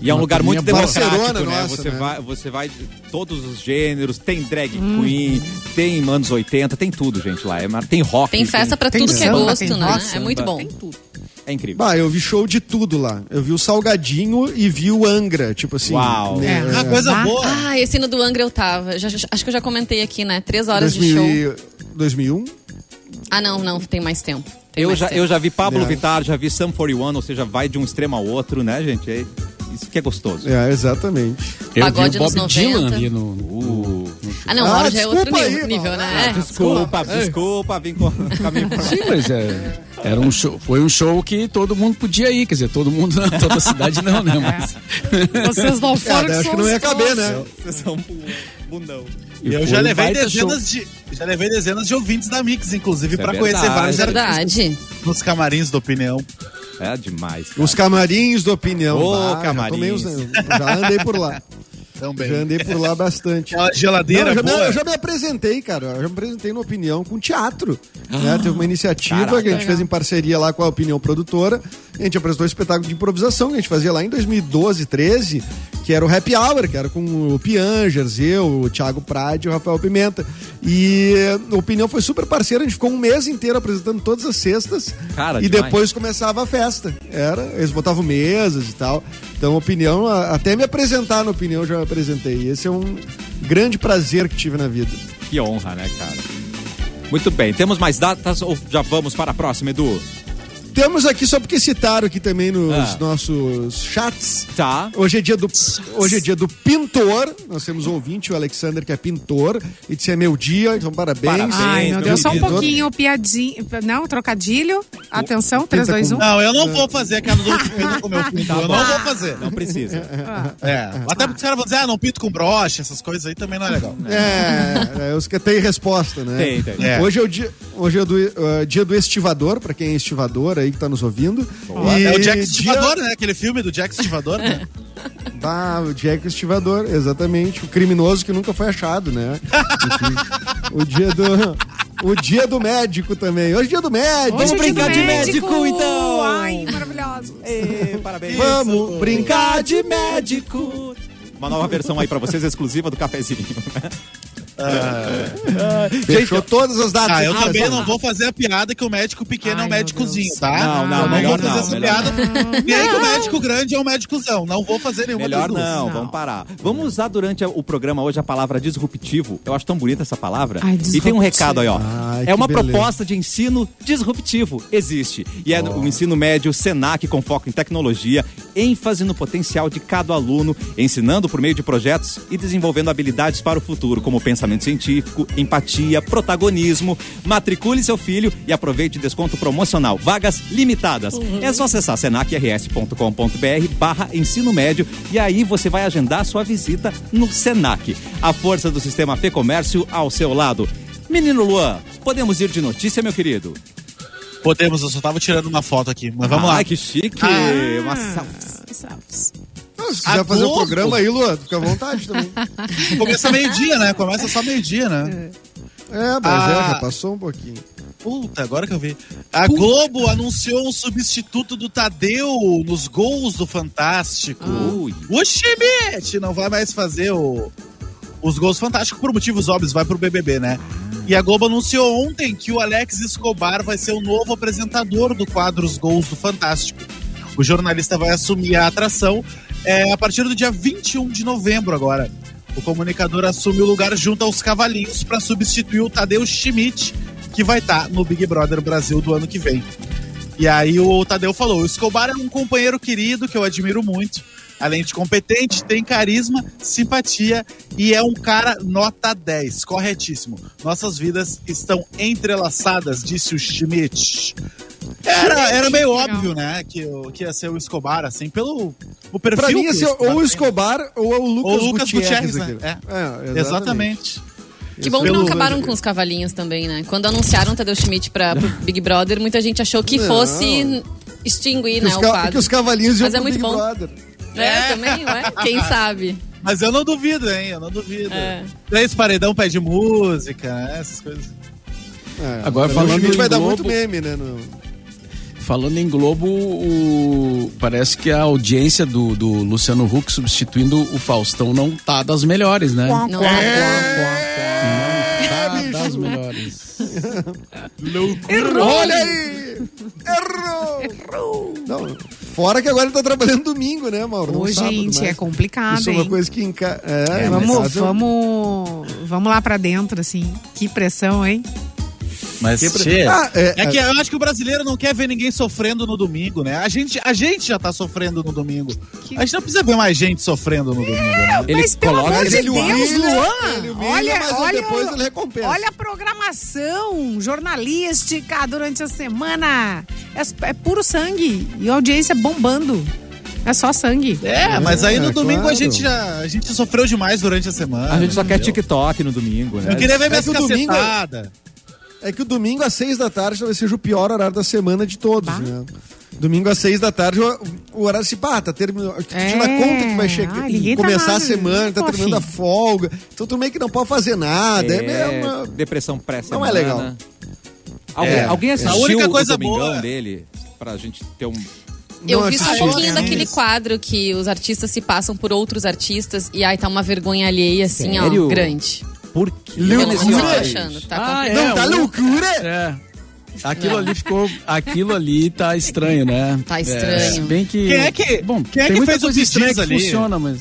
A: E é um
C: Uma
A: lugar muito
C: turminha
A: democrático, né?
E: parceirona nossa,
A: você,
E: né?
A: Vai, você vai de todos os gêneros, tem drag
F: Hum.
A: queen, tem anos 80, tem tudo, gente, lá. É mar- tem rock.
F: Tem festa pra
B: Tem
F: tudo que é
B: samba,
F: gosto,
B: tem
F: né?
B: rock,
F: É
A: samba.
F: muito bom.
B: Tem tudo.
A: É incrível.
E: Bah, eu vi show de tudo lá. Eu vi o Salgadinho e vi o Angra, tipo assim.
A: Uau.
E: né,
G: Ah, coisa
B: Ah,
G: boa.
F: Ah, esse ano do Angra eu tava. Já- já- acho que eu já comentei aqui, né? Três horas de show.
E: 2000 2001?
F: Ah, não, não, tem mais tempo. Tem
A: Eu
F: mais
A: já,
F: tempo.
A: eu já vi Pablo
E: É.
A: Vittar, já vi Sam 41, ou seja, vai de um extremo ao outro, né, gente? É, isso que é gostoso.
E: É, exatamente.
C: Eu vi
F: Pagode
C: o
F: nos
C: Bob Dylan
F: 90.
C: ali no. no-
A: Uh,
F: Ah, não,
E: Ah,
F: Laura já é outro
E: desculpa
F: nível,
E: aí,
F: nível,
E: Laura.
F: né? É.
A: desculpa, desculpa, vim com, com a minha informação.
C: Sim, mas é, era um show, foi um show que todo mundo podia ir, quer dizer, todo mundo, não, toda a cidade não, né? Mas,
B: Vocês não
E: É,
B: foram
E: daí acho que não ia caber, né?
A: Vocês são bu- bundão.
C: e
G: Eu
C: foi
G: já
C: um
G: levei
C: baita show.
G: dezenas de. Já levei dezenas de ouvintes da Mix, inclusive,
A: Isso é
G: pra conhecer
A: verdade.
G: vários artistas
F: Verdade.
G: nos camarins da opinião.
A: É demais. cara.
E: Os camarins do Opinião.
A: Ô,
E: Bah, já
A: camarins.
E: tomei uns- né? Já andei por lá.
G: Também.
E: Já andei por lá bastante.
G: Aquela
E: Não,
G: geladeira
E: eu, já me,
G: boa.
E: eu já me apresentei, cara. Eu já me apresentei no Opinião com teatro. né? Teve uma iniciativa
A: Ah, Caraca.
E: que a gente fez em parceria lá com a Opinião Produtora. A gente apresentou um espetáculo de improvisação que a gente fazia lá em 2012, 13, que era o Happy Hour, que era com o Piangers, eu, o Thiago Prade e o Rafael Pimenta. E a Opinião foi super parceira, a gente ficou um mês inteiro apresentando todas as sextas.
A: Cara,
E: e
A: demais.
E: depois começava a festa. Era, eles botavam mesas e tal. Então, opinião, a- até me apresentar na opinião eu já me apresentei. Esse é um grande prazer que tive na vida.
A: Que honra, né, cara? Muito bem, temos mais datas ou já vamos para a próxima, Edu?
E: Temos aqui, só porque citaram aqui também nos
A: Ah.
E: nossos chats.
A: Tá.
E: Hoje é, dia do, hoje é dia do pintor. Nós temos um ouvinte, o Alexander, que é pintor. E disse é meu dia, então parabéns.
A: Parabéns,
B: Ai, meu
A: meu
B: Deus, só um
A: querido.
B: pouquinho, piadinha. Não, trocadilho. Atenção, um. 3, 2, 1.
G: Não, eu não vou fazer aquela do outro pinto com meu pinto. eu
A: bom.
G: não vou fazer.
A: Não precisa.
G: É. Até porque os caras vão dizer, ah, não pinto com broche, essas coisas aí também não é legal.
E: É, é, os que tem resposta, né?
A: Tem, tem.
G: É.
E: Hoje é o dia, hoje é do, eh, dia do estivador, pra quem é estivador aí que tá nos ouvindo. E
G: É o Jack
E: dia-
G: Estivador, né? Aquele filme do Jack Estivador, né?
E: Ah, o Jack Estivador, exatamente. O criminoso que nunca foi achado, né? Enfim, o dia do. O dia do médico também. Hoje é dia do médico.
A: Vamos
B: Hoje é dia do
A: brincar de médico, então.
B: Ai, maravilhoso.
A: É. Ê, parabéns.
E: Vamos brincar de
A: médico. Uma nova versão aí pra vocês, exclusiva do cafezinho.
E: Fechou todas as datas.
G: Ah, eu
E: aqui, assim.
G: também
E: Brasil.
G: não vou fazer a piada que o médico pequeno
B: Ai,
G: é um
B: meu
G: médicozinho,
B: Deus.
G: tá?
A: Não, não,
G: eu não
A: melhor
G: vou fazer
A: não,
G: essa
A: melhor
G: piada. E aí que o médico grande é um médicozão. Não vou fazer nenhuma
A: Melhor
G: das duas.
A: não, vamos parar. Vamos usar durante o programa hoje a palavra disruptivo. Eu acho tão bonita essa palavra.
B: Ai,
A: e tem um
B: disruptivo.
A: recado aí, ó.
E: Ai,
A: é
E: que
A: uma
E: beleza.
A: proposta de ensino disruptivo. Existe. E é o ensino médio Senac com foco em tecnologia, ênfase no potencial de cada aluno, ensinando por meio de projetos e desenvolvendo habilidades para o futuro, como pensamento científico, empatia, protagonismo. Matricule seu filho e aproveite desconto promocional. Vagas limitadas. É só acessar senacrs.com.br barra ensino médio e aí você vai agendar sua visita no Senac. A força do sistema Fê Comércio ao seu lado. Menino Luan, podemos ir de notícia, meu querido?
G: Podemos, eu só tava tirando uma foto aqui. Mas vamos
A: Ai,
G: lá.
A: que chique!
G: Ah.
A: Uma salsa.
E: Ah, Se quiser fazer o
G: Agosto.
E: programa aí, Luan, fica à vontade também.
G: Começa meio-dia, né? Começa só meio-dia, né?
E: É, mas
G: Ah.
E: é, já passou um pouquinho.
G: Puta, agora que eu vi. A Globo anunciou um substituto do Tadeu nos gols do Fantástico.
A: Ui.
G: O Schmidt não vai mais fazer o- os gols fantásticos por motivos óbvios, vai pro BBB, né? E a Globo anunciou ontem que o Alex Escobar vai ser o novo apresentador do quadro Os Gols do Fantástico. O jornalista vai assumir a atração é, a partir do dia 21 de novembro agora. O comunicador assume o lugar junto aos Cavalinhos para substituir o Tadeu Schmidt, que vai estar no Big Brother Brasil do ano que vem. E aí o Tadeu falou: o Escobar é um companheiro querido que eu admiro muito. Além de competente, tem carisma, simpatia e é um cara nota 10, corretíssimo. Nossas vidas estão entrelaçadas, disse o Schmidt. Era, era meio
B: Legal.
G: óbvio, né, que, o- que ia ser o Escobar, assim, pelo o perfil
E: Pra mim,
G: que
E: ia ser
G: Escobar
E: ou o
G: tem.
E: Escobar ou o Lucas,
G: Lucas
E: Gutierrez.
G: Gutierrez, né?
E: aqui. É,
G: Exatamente.
F: Que bom que não
G: Pelo-
F: acabaram com os cavalinhos também, né? Quando anunciaram Tadeu Schmidt pra, pro Big Brother, muita gente achou que
E: Não.
F: fosse
E: Que
F: extinguir, né,
E: os,
F: o
E: ca- que
F: quadro.
E: os cavalinhos iam
F: Mas é
E: pro
F: muito
E: Big
F: bom.
E: Brother.
F: né? Também, ué? Quem sabe?
G: Mas eu não duvido, hein? Eu não duvido.
F: É.
G: Três paredão pede música, né? essas coisas.
E: É, também
C: Agora, falando
E: a gente
C: em
E: vai dar
C: Globo-
E: muito meme, né? no-
C: Falando em Globo, o- parece que a audiência do, do Luciano Huck substituindo o Faustão não tá das melhores, né? Não
F: Não é.
C: tá
E: bicho.
C: das melhores.
E: Olha aí! Errou! Não, fora que agora ele tá trabalhando domingo, né, Mauro? Não
B: Ô,
E: sábado,
B: gente,
E: mas
B: é complicado,
E: Isso é
B: hein?
E: uma coisa que em ca... é, em
B: Vamos,
E: casa eu-
B: vamos, vamos lá pra dentro, assim. Que pressão, hein?
G: Mas
E: tchê, Ah, é,
G: é, que eu acho que o brasileiro não quer ver ninguém sofrendo no domingo, né? A gente, a gente já tá sofrendo no domingo. A gente não precisa ver mais gente sofrendo no domingo, né?
A: Ele
B: Mas pelo
A: coloca-
B: amor
A: Mas
B: de
A: ele
B: Deus,
E: humilha, ele
B: Luan!
E: humilha,
B: Olha,
E: mas
B: olha,
E: depois
B: o-
E: ele recompensa.
B: olha a programação jornalística durante a semana. É, é puro sangue e audiência bombando. É só sangue.
G: É, mas aí no
E: É,
G: domingo a
E: claro.
G: gente já, a gente sofreu demais durante a semana.
A: A gente só quer
G: entendeu?
A: TikTok no domingo,
G: Eu
A: né?
G: queria ver minhas
E: que o domingo-
G: cacetadas.
E: É que o domingo às seis da tarde talvez seja o pior horário da semana de todos, né? Domingo às seis da tarde, o, o horário se pá, tá terminando.
B: É.
E: Tira conta que vai chegar,
B: Ah, ninguém tá
E: começar
B: lá,
E: a semana, tá
B: pô,
E: terminando a
B: filho.
E: folga. Então tu meio que não pode fazer nada. É,
A: É,
E: mesmo.
A: Depressão pré-semana.
E: Não é legal.
A: Alguém,
G: É.
A: alguém
G: A
A: assistiu
G: única coisa
A: o Domingão
G: boa- é-
A: dele? Pra gente ter um...
F: Eu
E: Não
F: vi só
E: assisti.
F: um pouquinho daquele
E: Isso.
F: quadro que os artistas se passam por outros artistas e aí tá uma vergonha alheia, assim,
A: Sério?
F: ó, grande.
A: Por quê?
F: Eu
E: Lil
F: não
E: Loucura.
F: tô achando, tá?
C: Ah,
F: complicado.
C: é,
E: Não, tá
C: o-
E: loucura?
C: É. Aquilo ali ficou. Aquilo ali tá estranho, né?
F: Tá
C: É,
F: estranho.
C: se bem que.
G: Quem é que-
C: Bom,
G: quem é
C: tem
G: que
C: muita
G: fez o
C: coisa
G: que
C: estranha
G: diz
C: que
G: ali?
C: funciona, mas.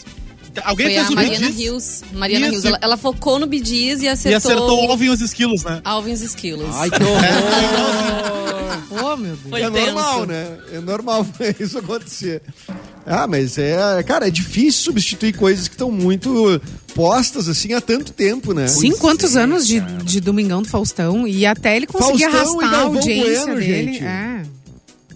G: Alguém
F: Foi
G: fez um
F: a
G: o
F: Mariana
G: Bidis
F: Rios. Mariana
G: Isso.
F: Rios. Ela, ela focou no Bidis e
G: e
F: acertou,
G: acertou o alvo e os esquilos, né?
F: Alvin e os Esquilos.
A: Ai, que
G: É,
A: É horror!
B: Ô, meu Deus.
F: Foi
E: É
F: tenso.
E: normal, né? É normal isso acontecer. Ah, mas é. Cara, é difícil substituir coisas que estão muito postas assim há tanto tempo, né?
B: Sim, quantos anos de, de Domingão do Faustão e até ele conseguir
E: Faustão e
B: arrastar a
E: Galvão
B: audiência
E: Bueno,
B: dele.
E: gente.
B: É.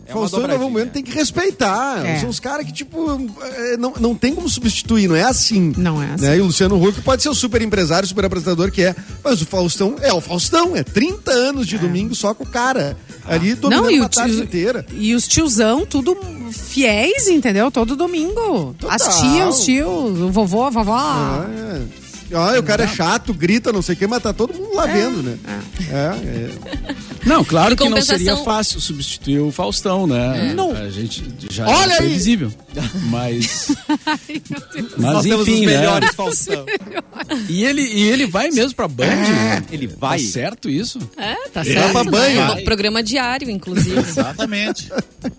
A: É uma
E: Faustão e Galvão
A: dobradinha.
E: Bueno tem que respeitar.
B: É.
E: São os caras que, tipo, é, não, não tem como substituir, não é assim.
B: Não é assim.
E: Né? E o Luciano Huck pode ser o super empresário, super apresentador que é, mas o Faustão é o Faustão, é 30 anos de domingo só com o cara. Ali dominando
B: e
E: a
B: o tio-
E: tarde inteira.
B: E os tiozão, tudo fiéis, entendeu? Todo domingo.
E: Total.
B: As tias, os tios, o vovô, a vovó.
E: Ah, é. Ah, e o cara é chato, grita, não sei o que, mas tá todo mundo lá vendo, né? É, é.
C: Não, claro
F: Em
C: que não
F: compensação- É.
C: seria fácil substituir o Faustão, né?
B: Não.
C: A gente já
E: Olha
C: é
E: aí!
C: previsível. Mas. Mas
A: Nós temos os
C: enfim, né?
A: melhores Faustão.
C: E ele, e ele vai mesmo pra Band? né?
A: Ele
C: Tá
A: É, vai.
C: certo isso?
F: É, tá
E: vai
F: certo.
E: pra
F: né?
E: banho.
F: Um Programa diário, inclusive.
G: Exatamente.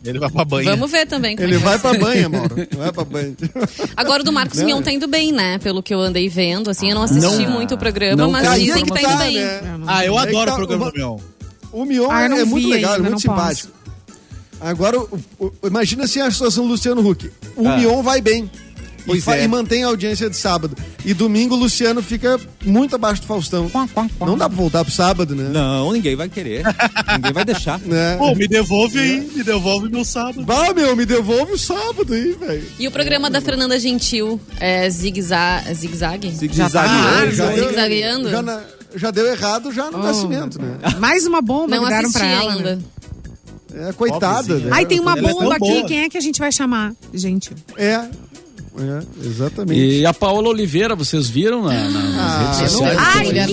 G: Ele vai pra banho.
F: Vamos ver também. como
E: Ele
F: é que
E: vai pra banha, Mauro. Vai pra banha.
F: Agora o do Marcos Mion tá indo bem, né? Pelo que eu andei vendo, assim, eu não assisti muito o programa,
C: não
F: mas
C: tá.
F: dizem
E: Aí
F: que tá
E: é
F: indo
E: tá,
F: bem.
E: né?
G: Ah, eu
E: Aí
G: adoro
E: tá
G: o programa
E: uma-
G: do Mion.
E: O Mion
B: Ah, eu não
E: é muito
B: vi
E: legal,
B: ainda,
E: é muito
B: não posso.
E: simpático. Agora, o- o- imagina assim a situação do Luciano Huck. O
A: Ah.
E: Mion vai bem. E,
A: Pois
E: fa-
A: é.
E: e mantém a audiência de sábado. E domingo o Luciano fica muito abaixo do Faustão. Não dá pra voltar pro sábado, né?
A: Não, ninguém vai querer. ninguém vai deixar.
E: Né?
G: Pô, me devolve aí, me devolve meu sábado.
E: Bah, meu, me devolve o sábado aí, velho.
F: E o programa da Fernanda Gentil é zigue-zague?
G: tá
F: Zigue-zague?
A: Zigue-zague.
E: já, deu-
F: zigue-zagueando?
E: já na- já deu errado já no
B: Oh.
E: nascimento, né?
B: Mais uma bomba
F: Não
B: que deram
F: assisti
B: pra ela.
F: ainda.
B: Né?
E: É, coitada.
G: Pobrezinha.
E: né?
B: Ai, tem uma
G: Ela é tão
B: bomba aqui.
G: boa.
B: Quem é que a gente vai chamar? Gente.
E: É. É, exatamente.
C: E a Paola Oliveira, vocês viram na, na- nas
E: Ah,
C: redes
E: não
C: sociais?
F: vi.
C: Essa
B: Ai,
F: é mulher
B: que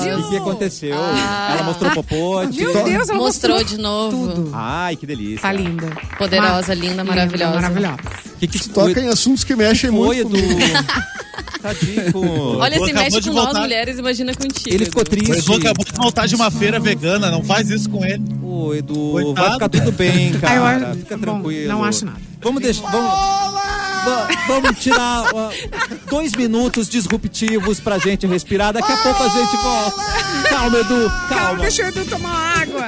A: O que, que
B: ódio!
A: aconteceu?
F: Ah.
A: Ela mostrou o popote.
B: Meu Deus, ela
F: Mostrou
B: mostrou,
F: de novo.
B: Tudo.
A: Ai, que delícia.
B: Tá linda.
F: Poderosa, linda, maravilhosa.
B: maravilhosa.
A: O que, que isso
E: Toca em assuntos que mexem
A: foi,
E: muito.
A: Edu?
E: comigo.
A: Tadinho. com-
F: Olha, se
G: Acabou
F: mexe
G: de
F: com nós
G: voltar.
F: mulheres, imagina contigo.
A: Ele ficou
F: Edu.
G: O
A: triste.
G: Edu acabou de voltar de uma feira vegana, não faz isso com ele.
A: Ô, Edu,
G: Coitado.
A: vai ficar tudo bem,
B: Ah, eu
A: cara.
B: acho-
A: Fica
B: bom,
A: tranquilo.
B: não acho nada.
A: Vamos deixar. Vamos, Va- vamos tirar ó, dois minutos disruptivos pra gente respirar. Daqui a pouco a gente volta. Calma, Edu,
B: Calma,
A: calma.
B: deixa o Edu tomar água.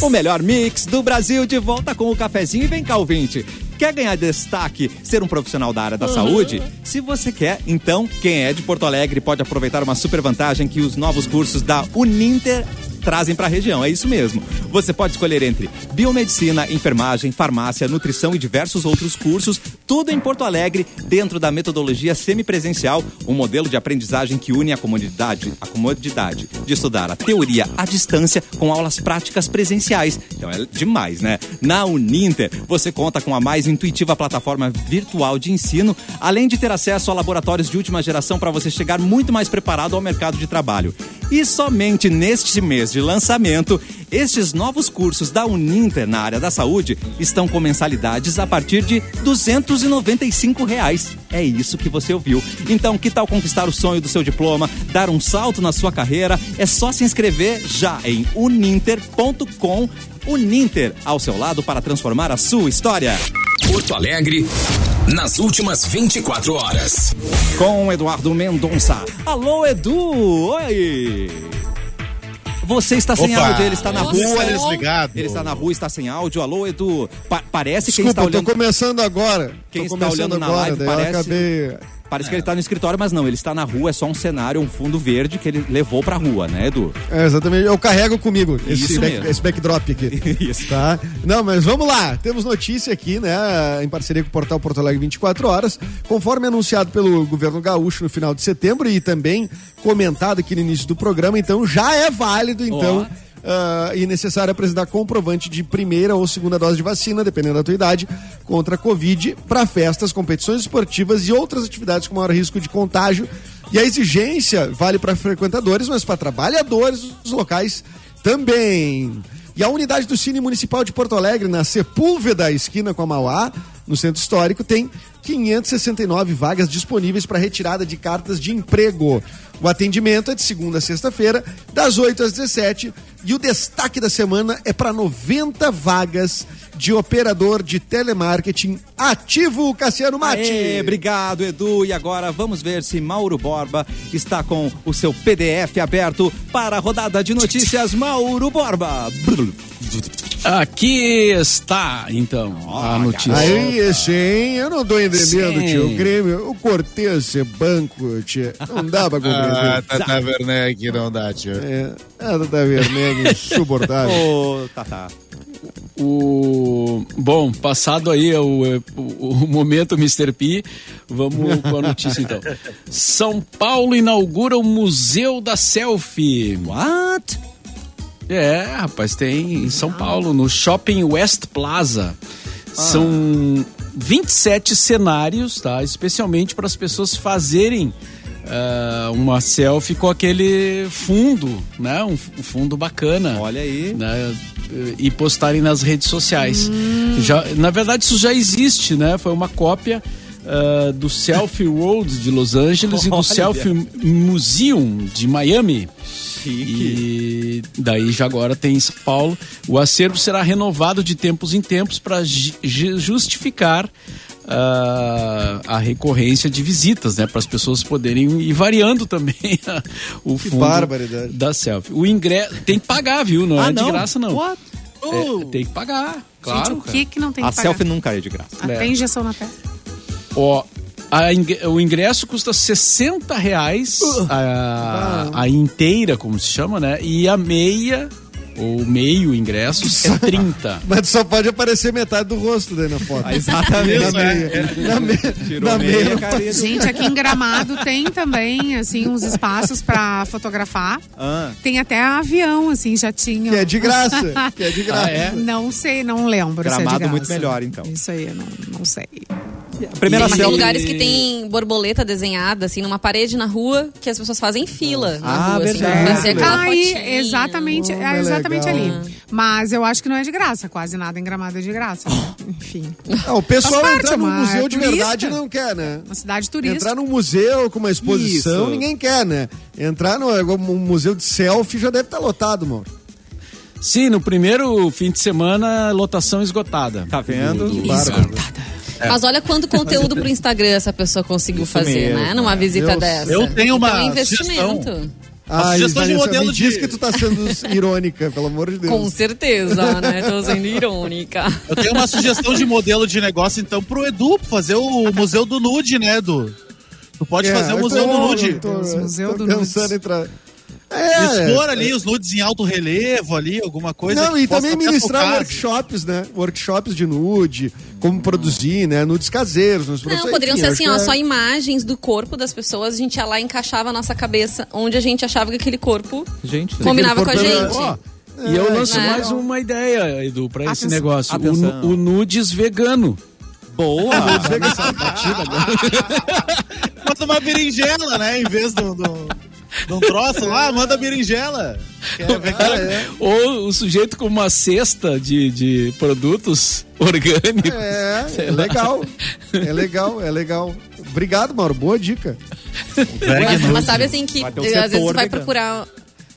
A: O melhor mix do Brasil de volta com o cafezinho. E vem cá, ouvinte. Quer ganhar destaque, ser um profissional da área da saúde? Se você quer, então quem é de Porto Alegre pode aproveitar uma super vantagem que os novos cursos da Uninter trazem para a região. É isso mesmo. Você pode escolher entre biomedicina, enfermagem, farmácia, nutrição e diversos outros cursos, tudo em Porto Alegre, dentro da metodologia semipresencial, um modelo de aprendizagem que une a comunidade, a comodidade de estudar a teoria à distância com aulas práticas presenciais. Então é demais, né? Na Uninter, você conta com a mais intuitiva plataforma virtual de ensino, além de ter acesso a laboratórios de última geração para você chegar muito mais preparado ao mercado de trabalho. E somente neste mês de lançamento, estes novos cursos da Uninter na área da saúde estão com mensalidades a partir de R$ 295. Reais. É isso que você ouviu. Então, que tal conquistar o sonho do seu diploma, dar um salto na sua carreira? É só se inscrever já em uninter.com. Uninter, ao seu lado para transformar a sua história.
D: Porto Alegre, nas últimas 24 horas.
A: Com Eduardo Mendonça. Alô, Edu! Oi! Você está sem
G: Opa. é
A: áudio, ele está na
F: Nossa,
A: rua.
G: Rua
A: Ele... é
F: eles-
G: desligado.
A: ele está na rua, está sem áudio. Alô, Edu. Pa- parece que quem
E: Desculpa,
A: está
E: eu tô
A: olhando.
E: começando agora.
A: Quem
E: tô
A: está
E: começando
A: olhando na
E: agora,
A: live
E: daí eu
A: parece-
E: acabei...
A: Parece
E: É.
A: que ele está no escritório, mas não, ele está na rua, é só um cenário, um fundo verde que ele levou pra rua, né, Edu?
E: É, exatamente. Eu carrego comigo esse,
A: Isso
E: back-
A: mesmo.
E: esse backdrop aqui.
A: Isso.
E: Tá? Não, mas vamos lá. Temos notícia aqui, né? Em parceria com o portal Porto Alegre 24 Horas. Conforme anunciado pelo governo gaúcho no final de setembro e também comentado aqui no início do programa, então já é válido, então. ah, e necessário apresentar comprovante de primeira ou segunda dose de vacina, dependendo da tua idade, contra a Covid, para festas, competições esportivas e outras atividades com maior risco de contágio. E a exigência vale para frequentadores, mas para trabalhadores dos locais também. E a unidade do Cine Municipal de Porto Alegre, na Sepúlveda, esquina com a Mauá, no Centro Histórico, tem 569 vagas disponíveis para retirada de cartas de emprego. O atendimento é de segunda a sexta-feira, das 8 às 17, e o destaque da semana é para 90 vagas de operador de telemarketing ativo, Cassiano Mate.
A: Aê, obrigado, Edu. E agora vamos ver se Mauro Borba está com o seu PDF aberto para a rodada de notícias. Mauro Borba.
C: Aqui está, então, a notícia.
E: Aí, sim, eu não tô entendendo,
C: Sim.
E: tio. O Grêmio, o Cortez ser banco, tio. Não dá pra compreender.
G: Ah, Tata Werneck não dá, tio.
E: É, a Tata Werneck, insuportável.
A: Ô, tá, tá.
C: O bom, passado aí o, o- o momento Mr. P, vamos com a notícia então. São Paulo inaugura o Museu da Selfie.
A: What?
C: É, rapaz, tem em São Paulo, no Shopping West Plaza.
A: Ah.
C: São 27 cenários, tá? Especialmente para as pessoas fazerem ah, uma selfie com aquele fundo, né? Um, f- um fundo bacana.
A: Olha aí.
C: né? E postarem nas redes sociais.
A: Hum.
C: Já, na verdade, isso já existe, né? Foi uma cópia. ah, do Selfie Road de Los Angeles e do
A: Olha.
C: Selfie Museum de Miami.
A: Chique.
C: E daí já agora tem em São Paulo. O acervo será renovado de tempos em tempos para justificar ah, a recorrência de visitas, né? Para as pessoas poderem ir variando também a- o fundo
E: barbaridade.
C: da selfie. O ingresso tem que pagar, viu? Não
A: Ah,
C: é de
A: não?
C: graça, não.
A: What?
C: É, tem que pagar, claro.
B: Gente, o
C: cara.
B: que que não tem que
A: A
B: pagar?
A: selfie nunca é de graça.
B: Até injeção na testa.
C: Ó, a ing- o ingresso custa 60 reais
A: Uh. Ah.
C: a, a inteira, como se chama, né? E a meia, ou meio ingresso, é 30.
E: Mas só pode aparecer metade do rosto daí na foto.
A: Ah, exatamente.
G: Isso, né?
E: Na me-
A: Tirou
E: na
A: meia,
E: meia.
A: cara.
B: Gente, aqui em Gramado tem também, assim, uns espaços pra fotografar.
A: Ah,
B: Tem até avião, assim, já tinha.
E: Que é de graça. Que é de graça.
C: Ah, é?
B: Não sei, não lembro. se é de
A: Gramado
B: graça.
A: muito melhor, então.
B: Isso aí, eu não, não sei.
A: primeira
F: Mas tem
A: selfie.
F: lugares que tem borboleta desenhada, assim, numa parede na rua, que as pessoas fazem fila na
A: Ah,
F: rua, assim,
A: verdade.
F: pra fazer aquela
B: Aí,
F: fotinha.
B: exatamente,
E: Como
B: é
E: é
B: exatamente
E: legal.
B: ali. Mas eu acho que não é de graça, quase nada em Gramado é de graça. Enfim,
E: Ah, o pessoal
B: Faz parte,
E: entrar num
B: uma
E: museu de
B: turista.
E: verdade não quer, né?
B: uma cidade
E: Entrar
B: turística.
E: num museu com uma exposição,
A: Isso.
E: ninguém quer, né? Entrar num um museu de selfie já deve estar lotado, mano.
C: Sim, no primeiro fim de semana, lotação esgotada.
A: Tá vendo?
G: É.
F: Mas olha quanto conteúdo pro Instagram essa pessoa conseguiu fazer,
A: mesmo,
F: né? Numa visita
E: Eu-
F: dessa.
G: eu tenho uma
F: Então, é um investimento.
E: Ah,
G: sugestão de
E: Vanessa,
G: modelo
E: me diz
G: de-
E: que tu tá sendo irônica, pelo amor de Deus.
F: Com certeza, né? Tô sendo irônica.
G: Eu tenho uma sugestão de modelo de negócio, então, pro Edu, pra fazer o Museu do Nude, né, Edu? Tu pode
E: É,
G: fazer o
E: eu
G: Museu
E: tô-
G: do Nude.
E: Tô,
B: Museu
E: tô
B: do
E: pensando
B: Nude.
E: em tra- É,
G: Expor ali os nudes em alto relevo ali, alguma coisa.
E: Não,
G: que
E: e
G: possa
E: também
G: até
E: ministrar
G: tocar.
E: workshops, né? Workshops de nude, como produzir, né? Nudes caseiros, nudes
F: Não,
E: profissionais,
F: poderiam
E: enfim,
F: ser
E: eu
F: assim,
E: acho
F: ó,
E: que
F: só
E: é-
F: imagens do corpo das pessoas, a gente ia lá e encaixava a nossa cabeça onde a gente achava que aquele corpo
A: Gente,
F: combinava com a
E: Aquele
F: gente.
E: corpo era- é ó,
C: E eu
E: é,
C: lanço
F: Não.
C: mais uma ideia, Edu, pra esse
B: Atenção.
C: negócio. O nu-
A: então. Atenção.
C: o nudes vegano.
A: boa!
G: Ah, Bota uma berinjela, né? Em vez do, do, de um troço lá, manda berinjela. Quer ver
A: Ah,
G: É. que ela-
A: é.
C: Ou o sujeito com uma cesta de, de produtos orgânicos.
E: É, é legal. É legal, é legal. Obrigado, Mauro. Boa dica.
F: Mas, mas sabe assim que
A: Vai ter um
F: eh, às vezes
A: setor
F: tu vai
A: vegano.
F: procurar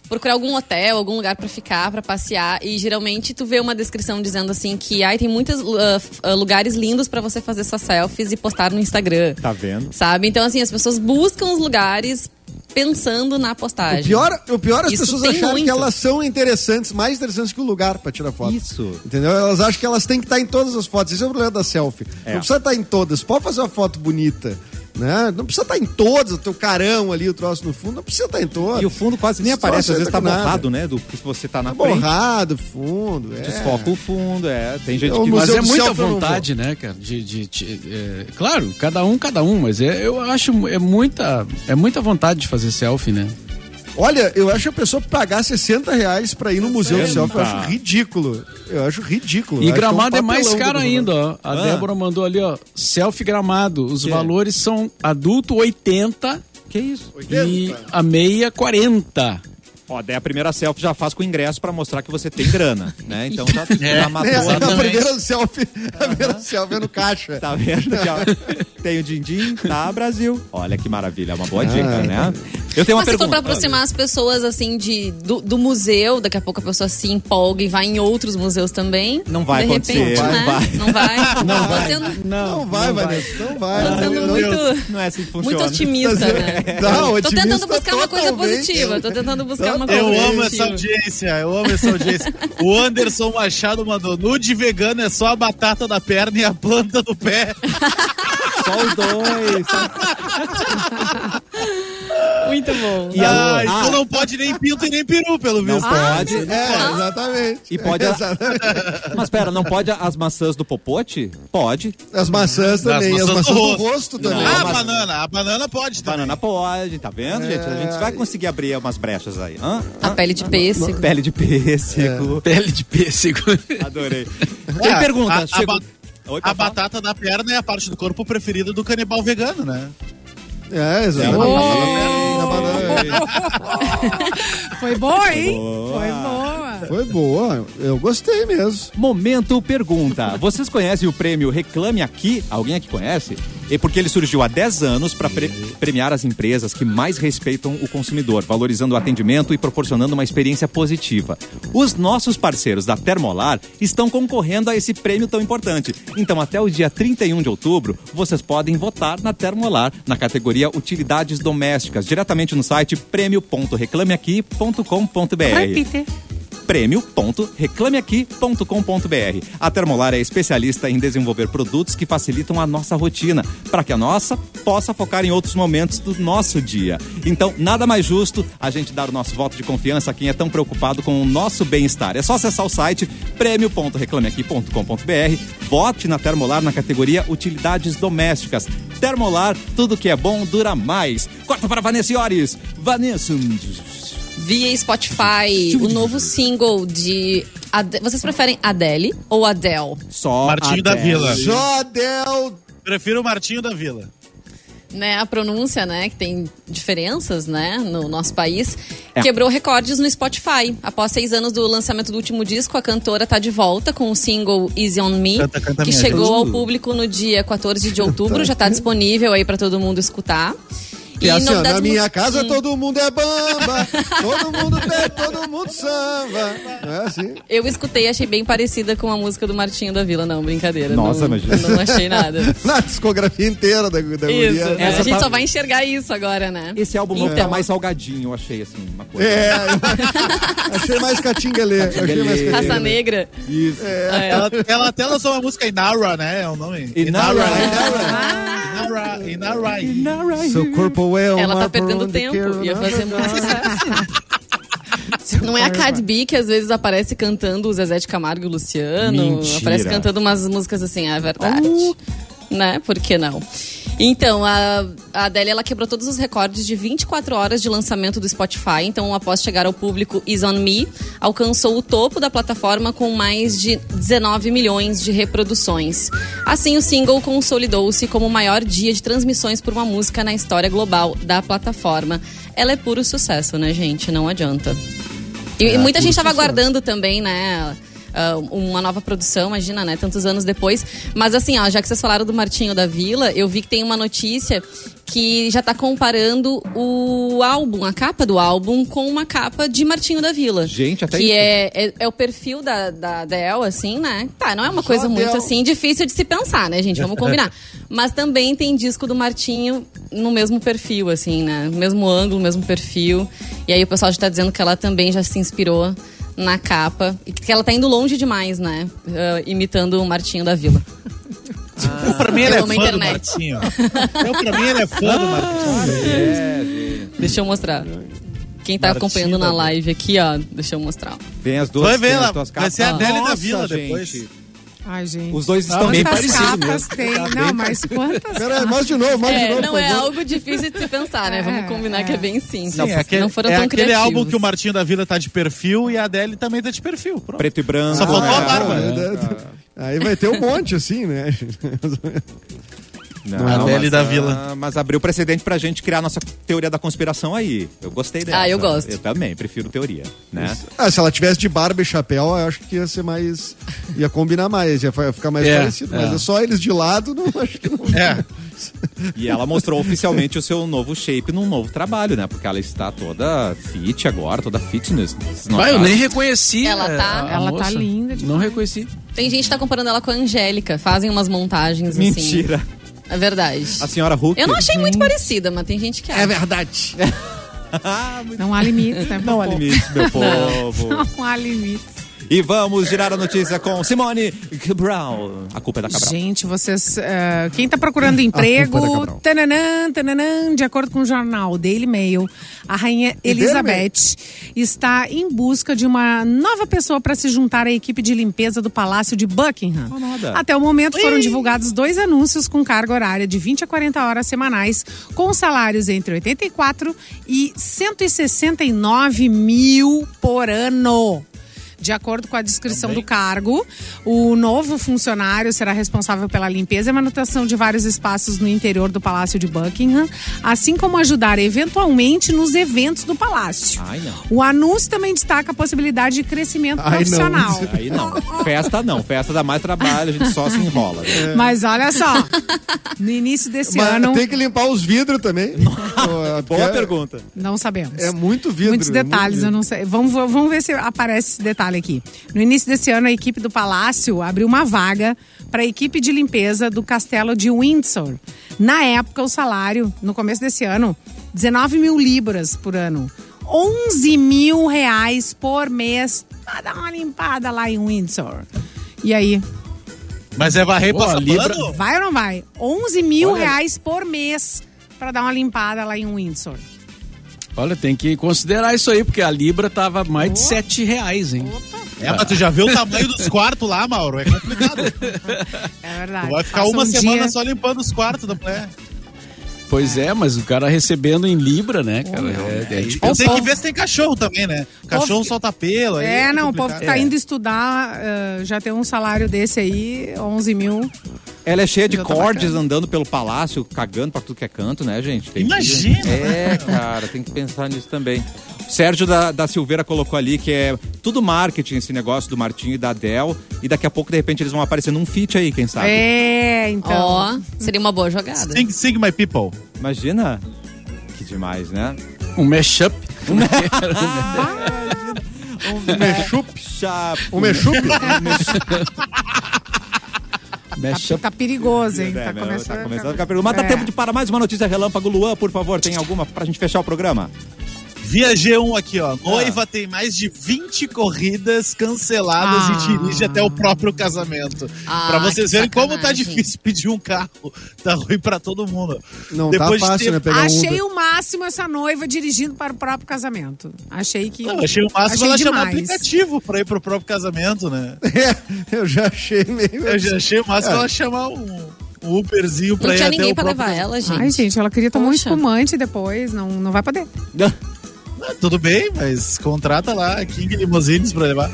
F: procurar algum hotel, algum lugar pra ficar, pra passear e geralmente tu vê uma descrição dizendo assim que ai tem muitos ah, f- ah, lugares lindos pra você fazer suas selfies e postar no Instagram.
A: Tá vendo?
F: Sabe? Então assim, as pessoas buscam os lugares pensando na postagem.
E: O pior, o pior é as
F: Isso
E: pessoas
F: tem
E: acharem
F: muito.
E: que elas são interessantes, mais interessantes que o lugar pra tirar foto.
A: Isso.
E: Entendeu? Elas acham que elas têm que estar em todas as fotos. Esse é o problema da selfie.
A: É.
E: Não precisa estar em todas. Pode fazer uma foto bonita. Né? Não precisa estar em todas, o teu carão ali, o troço no fundo, não precisa estar em todas.
A: E o fundo quase nem
E: Esse troço
A: aparece, às
E: aí
A: vezes tá
E: com nada.
A: borrado, né? Do que você tá na
E: Tá
A: frente.
E: borrado, fundo. É.
A: Desfoca o fundo, é. Tem gente
E: Eu-
A: que.
C: Mas
E: Museu
C: é
E: do um
C: muita
E: Selfie eu não
C: vontade, né, cara? De, de- de- é, claro, cada um, cada um, mas é, eu acho é muita, é muita vontade de fazer selfie, né?
E: Olha, eu acho a pessoa pagar 60 reais pra ir no Museu do Selfie, eu acho ridículo. Eu acho ridículo.
C: E
E: Eu acho que um
C: gramado é mais
E: papelão
C: caro
E: do
C: ainda,
E: governo.
C: ó. A
A: Ah.
C: Débora mandou ali, ó. Selfie gramado. Os
E: é?
C: valores são adulto 80
A: Que isso?
C: e a meia 40.
A: Ó, daí a primeira selfie já faz com o ingresso pra mostrar que você tem grana, né? Então já, já matou
E: É,
A: a
E: a
C: Exatamente.
E: primeira selfie, a primeira selfie é no caixa.
A: Tá vendo? Já tem o din-din, tá, Brasil? Olha que maravilha, é uma boa
G: Ah,
A: dica, né?
G: é.
A: Eu tenho uma
F: Mas se for
A: pergunta.
F: pra aproximar as pessoas, assim, de, do, do museu, daqui a pouco a pessoa se empolga e vai em outros museus também.
A: Não vai
F: De repente,
A: acontecer,
F: né? Não vai. Não vai. Tô sendo,
E: Não, vai, Vanessa, não vai.
F: tô sendo
E: Não-
F: muito,
A: Não é assim que funciona.
F: muito otimista, né?
E: Não,
F: tô
E: otimista
F: tentando buscar uma coisa
E: totalmente.
F: positiva. Tô tentando buscar uma coisa
G: Eu amo essa
F: positiva.
G: audiência, eu amo essa audiência. O Anderson Machado mandou nude vegano é só a batata da perna e a planta do pé.
A: Só os dois.
F: Ah, Muito bom.
A: E a-
G: Ah, então não pode nem pinto e nem peru, pelo
A: Não
G: visto.
A: pode.
E: É, exatamente.
A: E pode a-
E: Exatamente.
A: Mas pera, não pode as maçãs do popote? Pode.
E: As maçãs também, as maçãs, do, rosto. também.
G: Ah, a
A: mas-
G: banana, a banana pode também.
A: é Banana pode, tá vendo, gente? A
G: É.
A: gente vai conseguir abrir umas brechas aí. Hã?
F: A pele de pêssego.
A: Pele de pêssego.
C: Pele de pêssego.
A: Adorei. Tem
G: É,
A: pergunta.
G: a- a
A: chegou-
G: ba-
A: Oi,
G: A
A: pode falar?
G: batata da perna é a parte do corpo preferida do canibal vegano, né?
E: É, exatamente. A banana.
B: Foi boa, hein?
A: Boa.
B: Foi boa.
E: Foi boa, eu gostei mesmo.
A: Momento pergunta. Vocês conhecem o prêmio Reclame Aqui? Alguém aqui conhece? É porque ele surgiu há 10 anos para pre- premiar as empresas que mais respeitam o consumidor, valorizando o atendimento e proporcionando uma experiência positiva. Os nossos parceiros da Termolar estão concorrendo a esse prêmio tão importante. Então, até o dia 31 de outubro, vocês podem votar na Termolar, na categoria Utilidades Domésticas, diretamente no site prêmio.reclameaqui.com.br
B: Repite.
A: prêmio.reclameaqui.com.br. A Termolar é especialista em desenvolver produtos que facilitam a nossa rotina, para que a nossa possa focar em outros momentos do nosso dia. Então, nada mais justo a gente dar o nosso voto de confiança a quem é tão preocupado com o nosso bem-estar. É só acessar o site prêmio.reclameaqui.com.br, vote na Termolar na categoria Utilidades Domésticas. Termolar, tudo que é bom dura mais. Corta para Vanessa Iores. Vanessa. hum,
F: Via Spotify, o novo single de... Ade- Vocês preferem Adele ou Adele?
A: Só
G: Martinho da
A: Adele.
G: Vila.
E: Jodel
G: Prefiro o Martinho da Vila.
F: né, a pronúncia, né, que tem diferenças, né, no nosso país,
A: É.
F: quebrou recordes no Spotify. Após seis anos do lançamento do último disco, a cantora tá de volta com o single Easy On Me,
G: Canta, canta,
F: que
G: minha
F: chegou
G: gente.
F: ao público no dia 14 de outubro, já tá disponível aí pra todo mundo escutar.
E: Que assim, ó, na
F: novidades
E: minha
F: mus-
E: casa
F: Hum.
E: todo mundo é bamba, todo mundo tem, todo mundo samba. Não é assim?
F: Eu escutei, achei bem parecida com a música do Martinho da Vila. Não, brincadeira.
A: Nossa,
F: não,
A: imagina.
F: não achei nada.
E: Na discografia inteira da, da guria.
F: Isso. a
A: Essa
F: gente
A: tá-
F: só vai enxergar isso agora, né?
A: Esse álbum novo
F: Então.
A: tá mais salgadinho, eu achei, assim, uma coisa.
E: É, eu- achei mais catinguelê. Achei mais
A: Catinguelê.
F: Raça
E: catinguelê.
F: Negra. É.
A: Isso.
G: Ela, ela até lançou uma música Inara, né? É o nome?
A: Inara.
F: Ah.
G: Inara. Inara. Inara.
E: Seu corpo é um
F: Ela tá
E: mar por
F: perdendo
E: onde
F: tempo.
E: quero
F: Ia
E: nadar.
F: fazer muito sucesso. Não é a Cardi B que às vezes aparece cantando o Zezé de Camargo e o Luciano.
A: Mentira.
F: Aparece cantando umas músicas assim, é verdade. Né? Por que não? Então, a, a Adele ela quebrou todos os recordes de 24 horas de lançamento do Spotify. Então, após chegar ao público, Is On Me alcançou o topo da plataforma com mais de 19 milhões de reproduções. Assim, o single consolidou-se como o maior dia de transmissões por uma música na história global da plataforma. Ela é puro sucesso, né, gente? Não adianta. E
A: É,
F: muita gente estava aguardando também, né? ah, Uma nova produção, imagina, né? Tantos anos depois. Mas assim, ó, já que vocês falaram do Martinho da Vila, eu vi que tem uma notícia que já tá comparando o álbum, a capa do álbum, com uma capa de Martinho da Vila.
A: Gente, até
F: Que
A: isso.
F: é, é, é o perfil da, da Adele, assim, né? Tá, não é uma coisa muito assim difícil de se pensar, né, gente? Vamos combinar. Mas também tem disco do Martinho no mesmo perfil, assim, né? Mesmo ângulo, mesmo perfil. E aí o pessoal já tá dizendo que ela também já se inspirou na capa. E que ela tá indo longe demais, né? Ah, imitando o Martinho da Vila.
A: Ah.
G: Eu, pra mim, ele é
F: Pegou
G: fã
F: na
G: do
F: internet.
G: Martinho. Eu, pra mim, ele é fã
A: Ah.
G: do Martinho.
F: Deixa eu mostrar. Quem tá
G: Martinho
F: acompanhando na
G: da Vila.
F: live aqui, ó, deixa eu mostrar.
A: Tem as duas,
G: Vai ver
A: tem as
G: lá,
A: duas
G: vai
A: capas.
G: ser a Adele da
A: Nossa,
G: Vila
A: gente.
G: depois.
B: Ai, gente.
A: Os dois estão
G: Ah.
B: Quantas
A: bem parecidos né? Tá mesmo.
B: capas tem? Não, mas quantas
E: Pera, mais de novo, mais de
F: É,
E: novo.
F: não
E: por
F: é
E: favor.
F: algo difícil de se pensar, né? Vamos
B: É,
F: combinar que é bem simples.
G: Sim, é aquele,
F: não foram
G: é
F: tão
G: aquele
F: criativos.
G: álbum que o Martinho da Vila tá de perfil e a Adele também tá de perfil. Pronto.
A: Preto e branco.
G: Só faltou a
A: né?
E: É,
G: barba.
E: Aí vai ter um monte, assim, né?
A: Não,
G: A Adele
A: mas,
G: da
A: ah,
G: Vila.
A: Mas abriu precedente pra gente criar nossa teoria da conspiração aí. Eu gostei dessa.
F: Ah, eu gosto.
A: Eu também, prefiro teoria, né?
E: Ah, se ela tivesse de barba e chapéu, eu acho que ia ser mais. ia combinar mais, ia fa- ficar mais
C: É,
E: parecido. Mas
C: é.
E: é só eles de lado, não acho que não.
G: É.
A: E ela mostrou oficialmente o seu novo shape num novo trabalho, né? Porque ela está toda fit agora, toda fitness. tá. Vocês
C: Bah,
A: notaram?
C: eu nem reconheci.
F: Ela
C: é,
F: tá-
C: a
B: ela tá
C: moça.
B: linda demais.
C: Não reconheci.
F: Tem gente que tá comparando ela com a Angélica. Fazem umas montagens
A: Mentira.
F: assim. É verdade.
A: A senhora Hulk.
F: Eu não achei muito parecida, mas tem gente que
B: É,
G: É
F: acha.
C: verdade.
B: Não há limites, né?
A: Não há
B: pô?
A: limites, meu povo.
B: Não há limites.
A: e vamos girar a notícia com Simone Cabral. A culpa é da Cabral. é
B: Gente, vocês. ah, quem tá procurando emprego.
E: Cabral.
B: Tananã, tananã, de acordo com o jornal Daily Mail, a rainha Elizabeth está em busca de uma nova pessoa para se juntar à equipe de limpeza do Palácio de Buckingham.
A: Não, nada.
B: Até o momento foram divulgados dois anúncios com carga horária de 20 a 40 horas semanais, com salários entre 84 e 169 mil por ano. De acordo com a descrição do cargo, o novo funcionário será responsável pela limpeza e manutenção de vários espaços no interior do Palácio de Buckingham, assim como ajudar eventualmente nos eventos do palácio.
A: Ai, não.
B: O anúncio também destaca a possibilidade de crescimento
E: Ai, não.
B: profissional.
A: Aí não. Festa não. Festa dá mais trabalho, a gente só se enrola. né?
B: Mas olha só, no início desse
E: É. Mas
B: ano,
E: tem que limpar os vidros também. Pô, é, porque
A: Boa
E: é-
A: pergunta.
B: não sabemos.
E: É muito vidro.
B: Muitos
E: é muito
B: detalhes,
E: vidro.
B: eu não sei. Vamos, vamos ver se aparece esse detalhe aqui. No início desse ano, a equipe do Palácio abriu uma vaga para a equipe de limpeza do Castelo de Windsor. Na época, o salário, no começo desse ano, 19 mil libras por ano. 11 mil reais por mês para dar uma limpada lá em Windsor. E aí,
G: Mas é varrer e
C: Pô,
G: passar
C: a Libra-
G: pano?
B: vai ou não vai? 11 mil reais por mês para dar uma limpada lá em Windsor.
C: Olha, tem que considerar isso aí, porque a Libra tava mais de 7 reais, hein?
G: É, mas tu já viu o tamanho dos quartos lá, Mauro? É complicado.
B: É
G: Tu
B: verdade.
G: vai ficar
B: Passa
G: uma
B: um
G: semana
B: dia-
G: só limpando os quartos é. da mulher.
C: Pois é, mas o cara recebendo em Libra, né, cara? É, é tipo-
G: tem que ver se tem cachorro também, né? Cachorro
B: que-
G: solta pelo. aí
B: É, não, o
G: complicado.
B: povo que tá
C: É.
B: indo estudar ah, já tem um salário desse aí, 11 mil.
A: Ela é cheia de
B: Já tá
A: cordes andando pelo palácio, cagando pra tudo que é canto, né, gente? Tem que-
G: Imagina!
A: É, cara, tem que pensar nisso também. O Sérgio da, da Silveira colocou ali que é tudo marketing esse negócio do Martinho e da Del. E daqui a pouco, de repente, eles vão aparecer num feat aí, quem
G: Tá
A: sabe?
B: É, então.
F: Ó, seria uma boa jogada.
G: Sing, sing my people.
A: Imagina! Que demais, né?
C: um mashup.
A: Um mechup.
E: Um mechup?
A: Um
C: mashup.
B: Tá perigoso, hein?
A: É,
B: Tá
G: né,
A: meu,
B: começando,
A: tá
B: É.
A: começando a ficar perigoso. Mas dá tempo de parar mais uma notícia relâmpago. Luan, por favor, tem alguma pra gente fechar o programa?
G: Via G1 aqui, ó. Noiva tem mais de 20 corridas canceladas
B: Ah.
G: e dirige até o próprio casamento.
F: Ah,
G: pra vocês
F: que
G: verem como tá
F: sacanagem.
G: difícil pedir um carro. Tá ruim pra todo mundo.
E: Não
G: Depois
E: tá fácil,
G: de ter-
E: né? Pegar um Uber.
B: Achei o máximo essa noiva dirigindo para o próprio casamento. Achei que.
G: Não, achei o máximo
B: Achei
G: ela chamar
B: demais.
G: aplicativo pra ir pro próprio casamento, né?
E: É, eu já achei meio.
G: Eu já achei o máximo ela chamar um, um Uberzinho pra
F: Não
G: ir
F: tinha
G: até
F: ninguém
G: o
F: pra
G: próprio
F: levar
G: casamento.
F: ela, gente.
B: Ai, gente, ela queria tomar
F: Poxa.
B: um espumante depois, não, não vai poder.
G: Ah, Tudo bem, mas contrata lá a King Limousines para levar.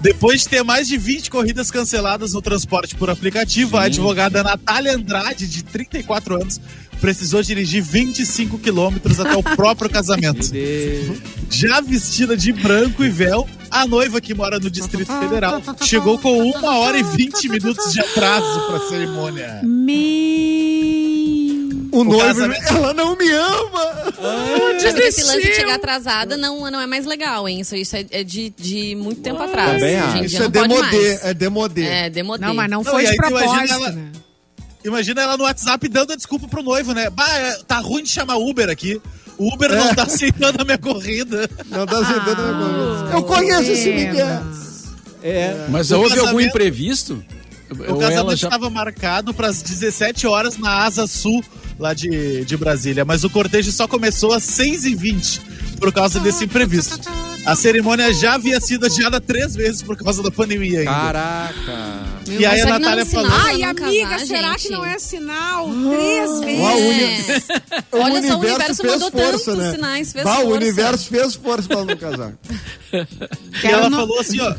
G: Depois de ter mais de 20 corridas canceladas no transporte por aplicativo, a advogada Natália Andrade, de 34 anos, precisou dirigir 25 quilômetros até o próprio casamento. Já vestida de branco e véu, a noiva que mora no Distrito Federal chegou com 1 hora e 20 minutos de atraso para a cerimônia.
B: Me.
E: O noivo.
G: casamento-
E: Ela não me ama!
F: Mas que esse lance de chegar atrasada não, não é mais legal, hein? Isso, isso é, é de, de muito tempo atrás.
A: Também
F: Hoje em
A: acho.
F: dia
E: Isso é
F: não pode
E: demodê,
F: mais.
E: é demodê.
F: É, demodê.
B: Não, mas não
G: Não,
B: foi
G: e
B: de
G: aí tu imagina
B: propósito,
G: ela-
B: né?
G: Imagina ela no WhatsApp dando a desculpa pro noivo, né? Bah, é- tá ruim de chamar Uber aqui. O Uber
C: É.
G: não tá aceitando a minha corrida.
E: Não tá aceitando a minha conversa. Eu
B: que
E: conheço esse
B: pena.
E: Miguel.
A: É.
C: Mas
G: O
C: houve
G: casamento-
C: algum imprevisto?
G: O
C: Ou
G: casamento
C: ela já-
G: estava marcado para as 17 horas na Asa Sul, lá de, de Brasília. Mas o cortejo só começou às 6h20, por causa desse imprevisto. A cerimônia já havia sido adiada três vezes por causa da pandemia ainda.
A: Caraca.
G: e aí a
F: Mas será que não é
G: Natália
F: um
G: falou...
F: sinal?
B: Ai,
F: não
B: amiga,
F: casar,
B: será
F: gente.
B: que não é sinal?
G: Ah.
B: Três
E: Uau,
B: vezes.
F: É.
E: O
F: Olha só, o
E: universo,
F: universo
E: fez
F: mandou
E: força,
F: tantos
E: né?
F: sinais, fez
E: Bah, O
F: força.
E: universo fez força pra ela não casar.
G: E
B: Ela
G: ela
B: não-
G: falou assim, ó...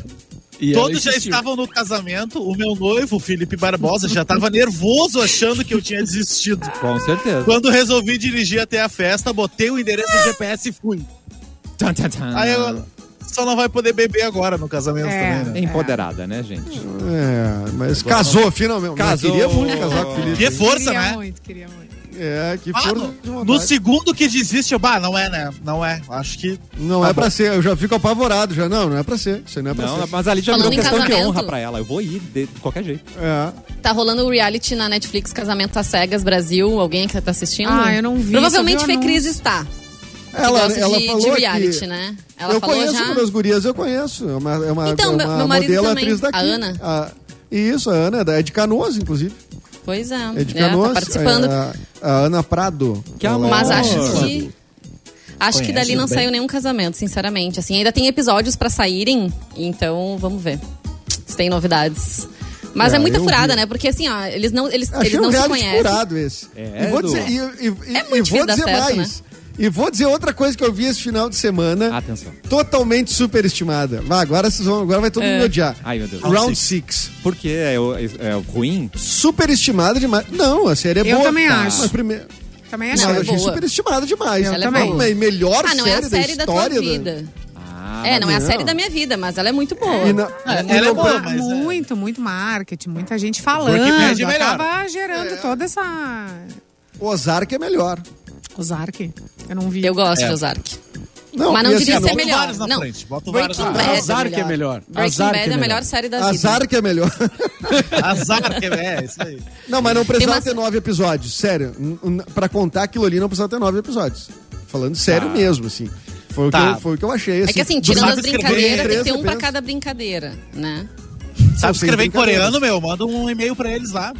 C: e ela
G: Todos já
C: insistiu.
G: estavam no casamento. O meu noivo, Felipe Barbosa, já estava nervoso achando que eu tinha desistido.
A: Com certeza.
G: Quando resolvi dirigir até a festa, botei o endereço do GPS e fui.
A: Tan, tan, tan.
G: Aí ela só não vai poder beber agora no casamento
B: É.
G: também, né?
A: Empoderada, né, gente?
E: É, mas casou finalmente.
A: Casou.
E: Queria muito casar com o Felipe.
G: Que força,
B: queria
G: né?
B: muito, queria muito.
E: É, que
G: Ah,
E: força de
G: no, no
E: vontade.
G: segundo que desiste, eu, bah, não é, né? Não é. Acho que.
E: Não
G: Tá
E: é pra
G: bom.
E: ser, eu já fico apavorado já. Não, não é pra ser. Isso aí não é pra
A: Não,
E: ser.
A: mas ali já virou
F: Falando em
A: questão de
F: casamento.
A: honra pra ela. Eu vou ir de qualquer jeito.
E: É.
F: Tá rolando o reality na Netflix, Casamento às Cegas Brasil. Alguém que tá assistindo?
B: Ah, eu não vi,
F: Provavelmente
B: só vi o
F: Fê Cris está.
E: Ela,
F: que gosta
E: ela
F: de,
E: falou
F: de
E: que-
F: reality, né? Ela
E: eu
F: falou
E: conheço
F: já.
E: uma das gurias, eu conheço. É uma, é uma,
F: Então,
E: é
F: meu-
E: uma
F: meu marido
E: modelo
F: também,
E: atriz daqui.
F: a Ana.
E: A- isso, a Ana é da- é de Canoas, inclusive.
F: Pois é,
E: É de
F: né?
E: Canoas.
F: tá participando.
E: É a, a Ana Prado.
A: Que
E: Ela é-
A: amor.
F: Mas acho
A: Nossa.
F: que. Acho que
G: Conhece
F: dali não
G: bem.
F: saiu nenhum casamento, sinceramente. Assim, ainda tem episódios pra saírem, então vamos ver se tem novidades. Mas
E: É,
F: é, muita
E: eu
F: furada,
E: vi.
F: né? Porque assim, ó, eles não, eles,
E: Achei
F: eles
E: um
F: não se
E: reality
F: conhecem.
E: furado esse.
A: É,
E: e vou
A: Edu?
E: dizer, e, e-
F: É
E: e
F: muito difícil
E: vou
F: dar
E: dizer
F: certo, né?
E: mais. E vou dizer outra coisa que eu vi esse final de semana.
A: Atenção.
E: Totalmente superestimada. Vai, agora vocês vão, agora vai todo
F: É.
E: mundo me odiar.
A: Ai, meu Deus.
E: Round 6.
A: Porque é, o- é o ruim?
E: Superestimada demais. Não, a série é
B: Eu
E: boa.
B: também acho.
E: Mas primeiro,
B: Também
G: É,
E: não,
B: achei.
E: eu achei
F: boa.
E: superestimada demais.
B: Ela é também.
E: Não, mas melhor
F: Ah, não é a série
E: série
F: da, tua
E: história. né?
F: vida.
A: Ah,
F: É, não é a
E: não.
F: série da minha vida, mas ela é muito boa.
E: E na-
G: ela
E: e
G: é
E: não-
G: boa,
B: Pô,
G: mas, né?
B: muito, muito marketing, muita gente
G: Workmade
B: falando.
G: é melhor.
B: Acaba gerando toda essa.
E: Ozark é melhor.
B: Ozark. Eu não vi.
F: Eu gosto
G: É.
F: de Ozark.
E: Não,
F: Mas não
E: e assim,
F: diria
G: Ah,
F: Isso é
G: bota o
F: melhor,
G: Varas na
F: não.
G: frente. Bota o Varas
F: Breaking
G: na
F: Bad
G: frente.
C: Ozark é melhor.
F: Breaking
C: Ozark é
F: Bad é a melhor
C: melhor.
F: série da vida.
E: Ozark é melhor.
G: Azar que é, é, isso aí.
E: Não, mas não precisava
F: uma-
E: ter nove episódios, sério. N- n- Pra contar aquilo ali, não precisava ter nove episódios. Falando sério mesmo, assim. Foi, o, que
G: Tá.
E: eu, foi o que eu achei.
F: É que assim, tirando
G: sabe
F: as
G: escrever
F: brincadeiras, tem que
E: três
F: ter um pra
E: apenas.
F: cada brincadeira, né?
G: Sabe
E: sem
G: escrever em
E: brincadeiras.
G: coreano, meu? Manda um e-mail pra eles lá.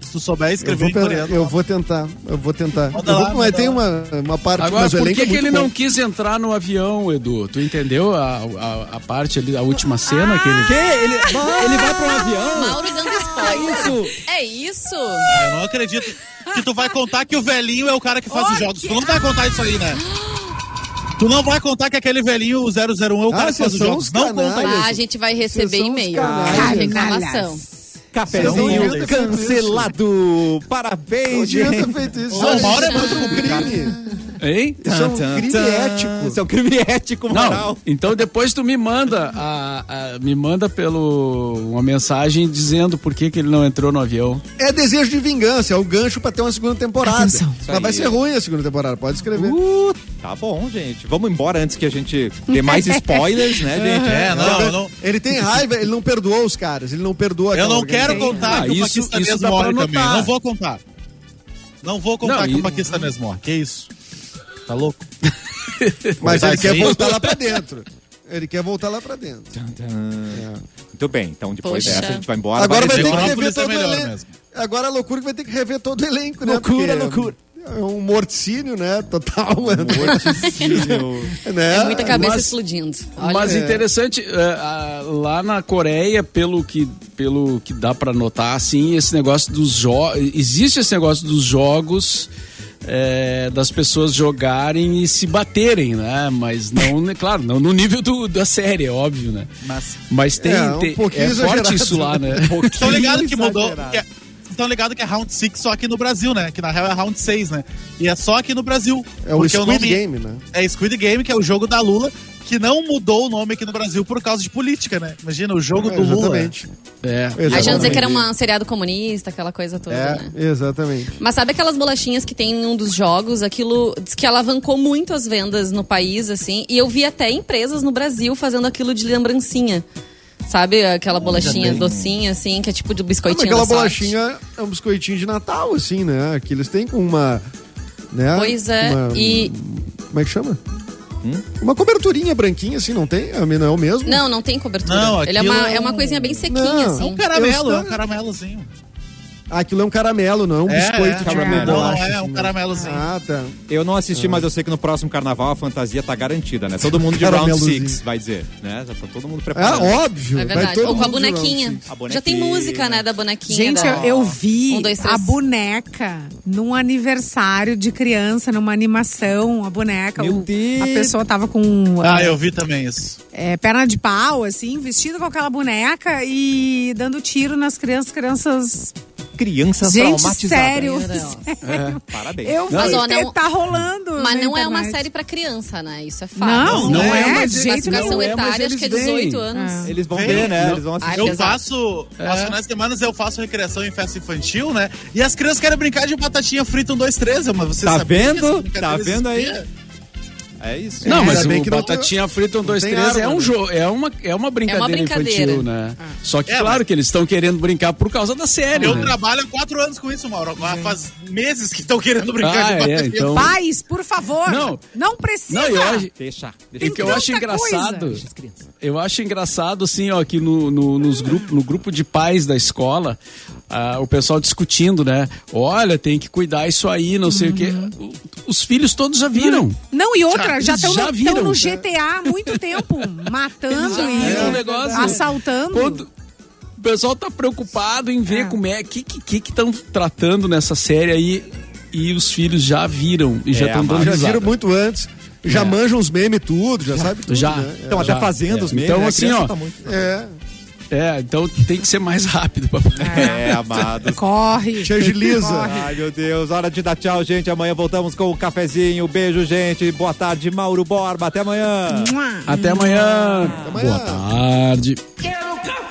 G: Se tu souber
E: eu
G: escrever
E: vou,
G: em
E: pe-
G: coreano.
E: eu vou tentar, eu vou tentar.
G: Manda
E: Eu vou-
G: lá,
E: mas
G: manda
E: tem
G: lá.
E: uma, uma parte
C: Agora,
E: mas o
C: por
E: elenco
C: que,
E: é
C: que
E: muito
C: ele
E: bom.
C: não quis entrar no avião, Edu? Tu entendeu a, a, a parte ali, a última cena que ele...
A: Que?
G: Ah,
A: Ele, ele vai pra um avião?
F: Mauro dando spoiler.
A: Isso.
F: É isso?
G: Eu não acredito que tu vai contar que o velhinho é o cara que faz os jogos. Tu não vai contar isso aí, né? Tu não vai contar que aquele velhinho, o 001, é o
E: Ah,
G: cara que faz
E: vocês
G: os
E: são
G: jogos.
E: uns
G: Não conta
E: canalhas.
G: isso.
F: Ah, a gente vai receber
E: Vocês são uns
F: e-mail.
E: canalhas.
F: Reclamação.
E: Vocês não
A: Cafezinho
E: deviam ter feito
A: cancelado.
E: Não
A: Parabéns,
E: adianta
A: gente.
E: feito isso.
G: Ô,
E: isso
G: Mauro é
E: é
G: muito
E: um
G: complicado.
E: crime.
C: Hein?
E: Isso é um crime
A: Isso
E: ético.
A: é um crime ético, moral.
C: Não, então depois tu me manda a, a- me manda pelo uma mensagem dizendo por que, que ele não entrou no avião.
E: É desejo de vingança, é o gancho pra ter uma segunda temporada.
B: Atenção.
A: Isso aí.
E: Mas vai ser ruim a segunda temporada, pode escrever.
A: Uh, tá bom, gente. Vamos embora antes que a gente dê mais spoilers, né, gente?
G: É, não, não.
E: Ele tem raiva, ele não perdoou os caras, ele não perdoa
G: Eu
E: aquela
G: não quero
E: organização.
G: contar
C: Ah,
G: que o
C: isso-
G: paquistanês
C: isso dá pra
G: morre também.
C: anotar.
G: Não vou contar. Não vou contar
C: Não,
G: que
C: e-
G: o paquistanês morre. Que isso? Tá louco?
E: Mas
G: Voltar
E: ele quer
G: assim?
E: voltar lá pra dentro. Ele quer voltar lá pra dentro.
A: Muito bem, então depois
F: Poxa.
A: dessa a gente vai embora.
E: Agora vai
A: dizer-
E: ter que rever
G: Divinópolis
E: todo
G: é
E: o
G: melhor
E: elenco.
G: mesmo.
E: Agora a loucura que vai ter que rever todo o elenco, né?
A: Loucura,
E: Porque
A: loucura.
E: É um morticínio, né? Total. né?
F: É muita cabeça
C: Mas-
F: explodindo. Olha,
C: Mas
E: então,
C: interessante, é, a- lá na Coreia, pelo que, pelo que dá pra notar, assim, esse negócio dos jogos. Existe esse negócio dos jogos. é, das pessoas jogarem e se baterem, né? Mas não, né, claro, não no nível do- da série, é óbvio, né?
G: Mas-
C: Mas tem,
E: É, um
C: tem-
E: pouquinho
C: é
E: exagerado.
C: forte isso lá, né?
G: Estão ligados que mudou.
E: exagerado.
G: que é- Estão ligados que é Round 6 só aqui no Brasil, né? Que na real é Round 6, né? E é só aqui no Brasil.
E: É o
G: Porque
E: Squid
G: nome-
E: Game, né?
G: É Squid Game, que é o jogo da Lula, que não mudou o nome aqui no Brasil por causa de política, né? Imagina, o jogo
E: É,
G: do Tá Lula.
E: exatamente.
C: É.
F: Achando dizer
E: Exatamente.
F: que era uma- um seriado comunista, aquela coisa toda, né?
E: É, exatamente.
F: Mas sabe aquelas bolachinhas que tem em um dos jogos? Aquilo diz que alavancou muito as vendas no país, assim. E eu vi até empresas no Brasil fazendo aquilo de lembrancinha. Sabe aquela bolachinha docinha, assim, que é tipo de
E: Ah, mas
F: biscoitinho
E: aquela
F: da sorte.
E: bolachinha é um biscoitinho de Natal, assim, né? Que eles têm com uma. Né?
F: Pois é,
E: Uma-
F: e...
E: Como é que chama? Uma coberturinha branquinha, assim, não tem? A minha não é o mesmo?
F: Não, não tem cobertura.
G: Não,
F: Ele é
G: aquilo
F: uma,
G: é
F: é uma
G: um-
F: coisinha bem sequinha,
E: Não, é um
F: assim.
G: Um caramelo,
E: Eu
G: é
E: sou-
G: um caramelozinho.
E: Ah, aquilo é um caramelo, não é um
G: É,
E: biscoito
G: é,
E: de
A: caramelo.
E: bolacha.
G: Não, é
E: assim,
G: um
E: né?
G: caramelozinho.
E: Ah, tá.
A: Eu não assisti, mas eu sei que no próximo carnaval a fantasia tá garantida, né? Todo mundo de round
E: Caramelozinho.
A: six, vai dizer. Né? Já tá todo mundo
E: Ah,
A: preparado.
E: óbvio.
F: É
E: vai
F: verdade.
E: todo
F: Ou com a
E: mundo um de
F: bonequinha.
E: round six.
A: A bonequinha.
F: Já tem música, né, da bonequinha.
B: Gente,
F: da-
B: eu, eu vi
F: Um, dois, três.
B: a boneca num aniversário de criança, numa animação, a boneca.
A: Meu
B: o-
A: Deus.
B: A pessoa tava com
G: Ah, eu vi também isso.
B: é, perna de pau, assim, vestida com aquela boneca e dando tiro nas crianças, crianças.
A: Crianças
B: Gente,
A: traumatizadas.
B: sério.
A: Parabéns.
B: Eu vi,
F: Mas, ó,
B: ter-
F: não-
B: tá rolando. na
F: Mas não é uma
B: internet.
F: série pra criança, né? Isso é fato.
B: Não, não,
G: Não é,
C: mas
B: é, de
C: eles-
B: jeito
F: Classificação
C: não
B: nenhum.
C: é, mas
F: etária, acho
C: eles
F: que é 18
C: vêm.
F: anos.
B: É.
A: Eles vão
G: Vem.
A: ver, né?
C: Não.
A: Eles vão assistir.
F: Ai,
G: Eu
F: Exato.
G: faço. Aos finais de semana eu faço recreação em festa infantil, né? E as crianças querem brincar de batatinha frita um dois três mas você
A: Tá
G: sabia que
A: vendo?
G: essa brincadeira
A: Tá vendo aí?
G: existia?
A: É isso.
C: Não, mas
E: Ainda bem
C: o
E: que não
C: Batatinha Frita 1, 2,
E: tem
C: 3 é
E: arma,
C: um
E: né?
C: jogo, é uma, é uma brincadeira,
F: brincadeira.
C: infantil, né? Só que,
G: É,
C: claro,
G: mas-
C: que eles estão querendo brincar por causa da
E: É
C: série,
G: Eu
C: né?
G: trabalho há quatro anos com isso, Mauro. Faz meses que estão querendo brincar
C: Ah,
G: de
C: é,
G: batatinha
C: então-
B: Pais, por favor, não,
C: Não.
B: precisa.
C: Não, eu acho,
A: Deixa. deixa
C: e que eu
B: tanta
C: acho engraçado.
B: coisa.
C: Eu acho engraçado, assim, ó, que no, no- nos grupo, no grupo de pais da escola, ah, o pessoal discutindo, né? Olha, tem que cuidar isso aí, não sei o quê. O- Os filhos todos já viram.
B: Uhum. Não, e outra, já
C: Já-
B: estão
C: já
B: no,
C: viram. né?
B: tão no GTA há muito tempo, matando e
C: viram o negócio.
B: assaltando.
C: Quando o pessoal tá preocupado em ver como é, que que que estão tratando nessa série aí e os filhos já viram e já
A: É,
C: estão dando
A: mas
E: Já
C: risada.
E: viram muito antes. Já manjam os memes e tudo, já sabe tudo.
C: Já.
E: né?
A: Estão até
C: Já,
A: fazendo
C: é.
A: os memes.
C: Então,
A: né? A
C: assim,
A: criança
C: ó.
A: tá muito-
E: É.
C: É, então tem que ser mais rápido pra
A: É, amados.
B: Corre.
E: Te agiliza.
B: Corre.
A: Ai, meu Deus. Hora de dar tchau, gente. Amanhã voltamos com o cafezinho. Beijo, gente. Boa tarde, Mauro Borba. Até amanhã.
B: Mua.
C: Até amanhã.
E: amanhã.
C: Boa tarde.
D: Quero um café! um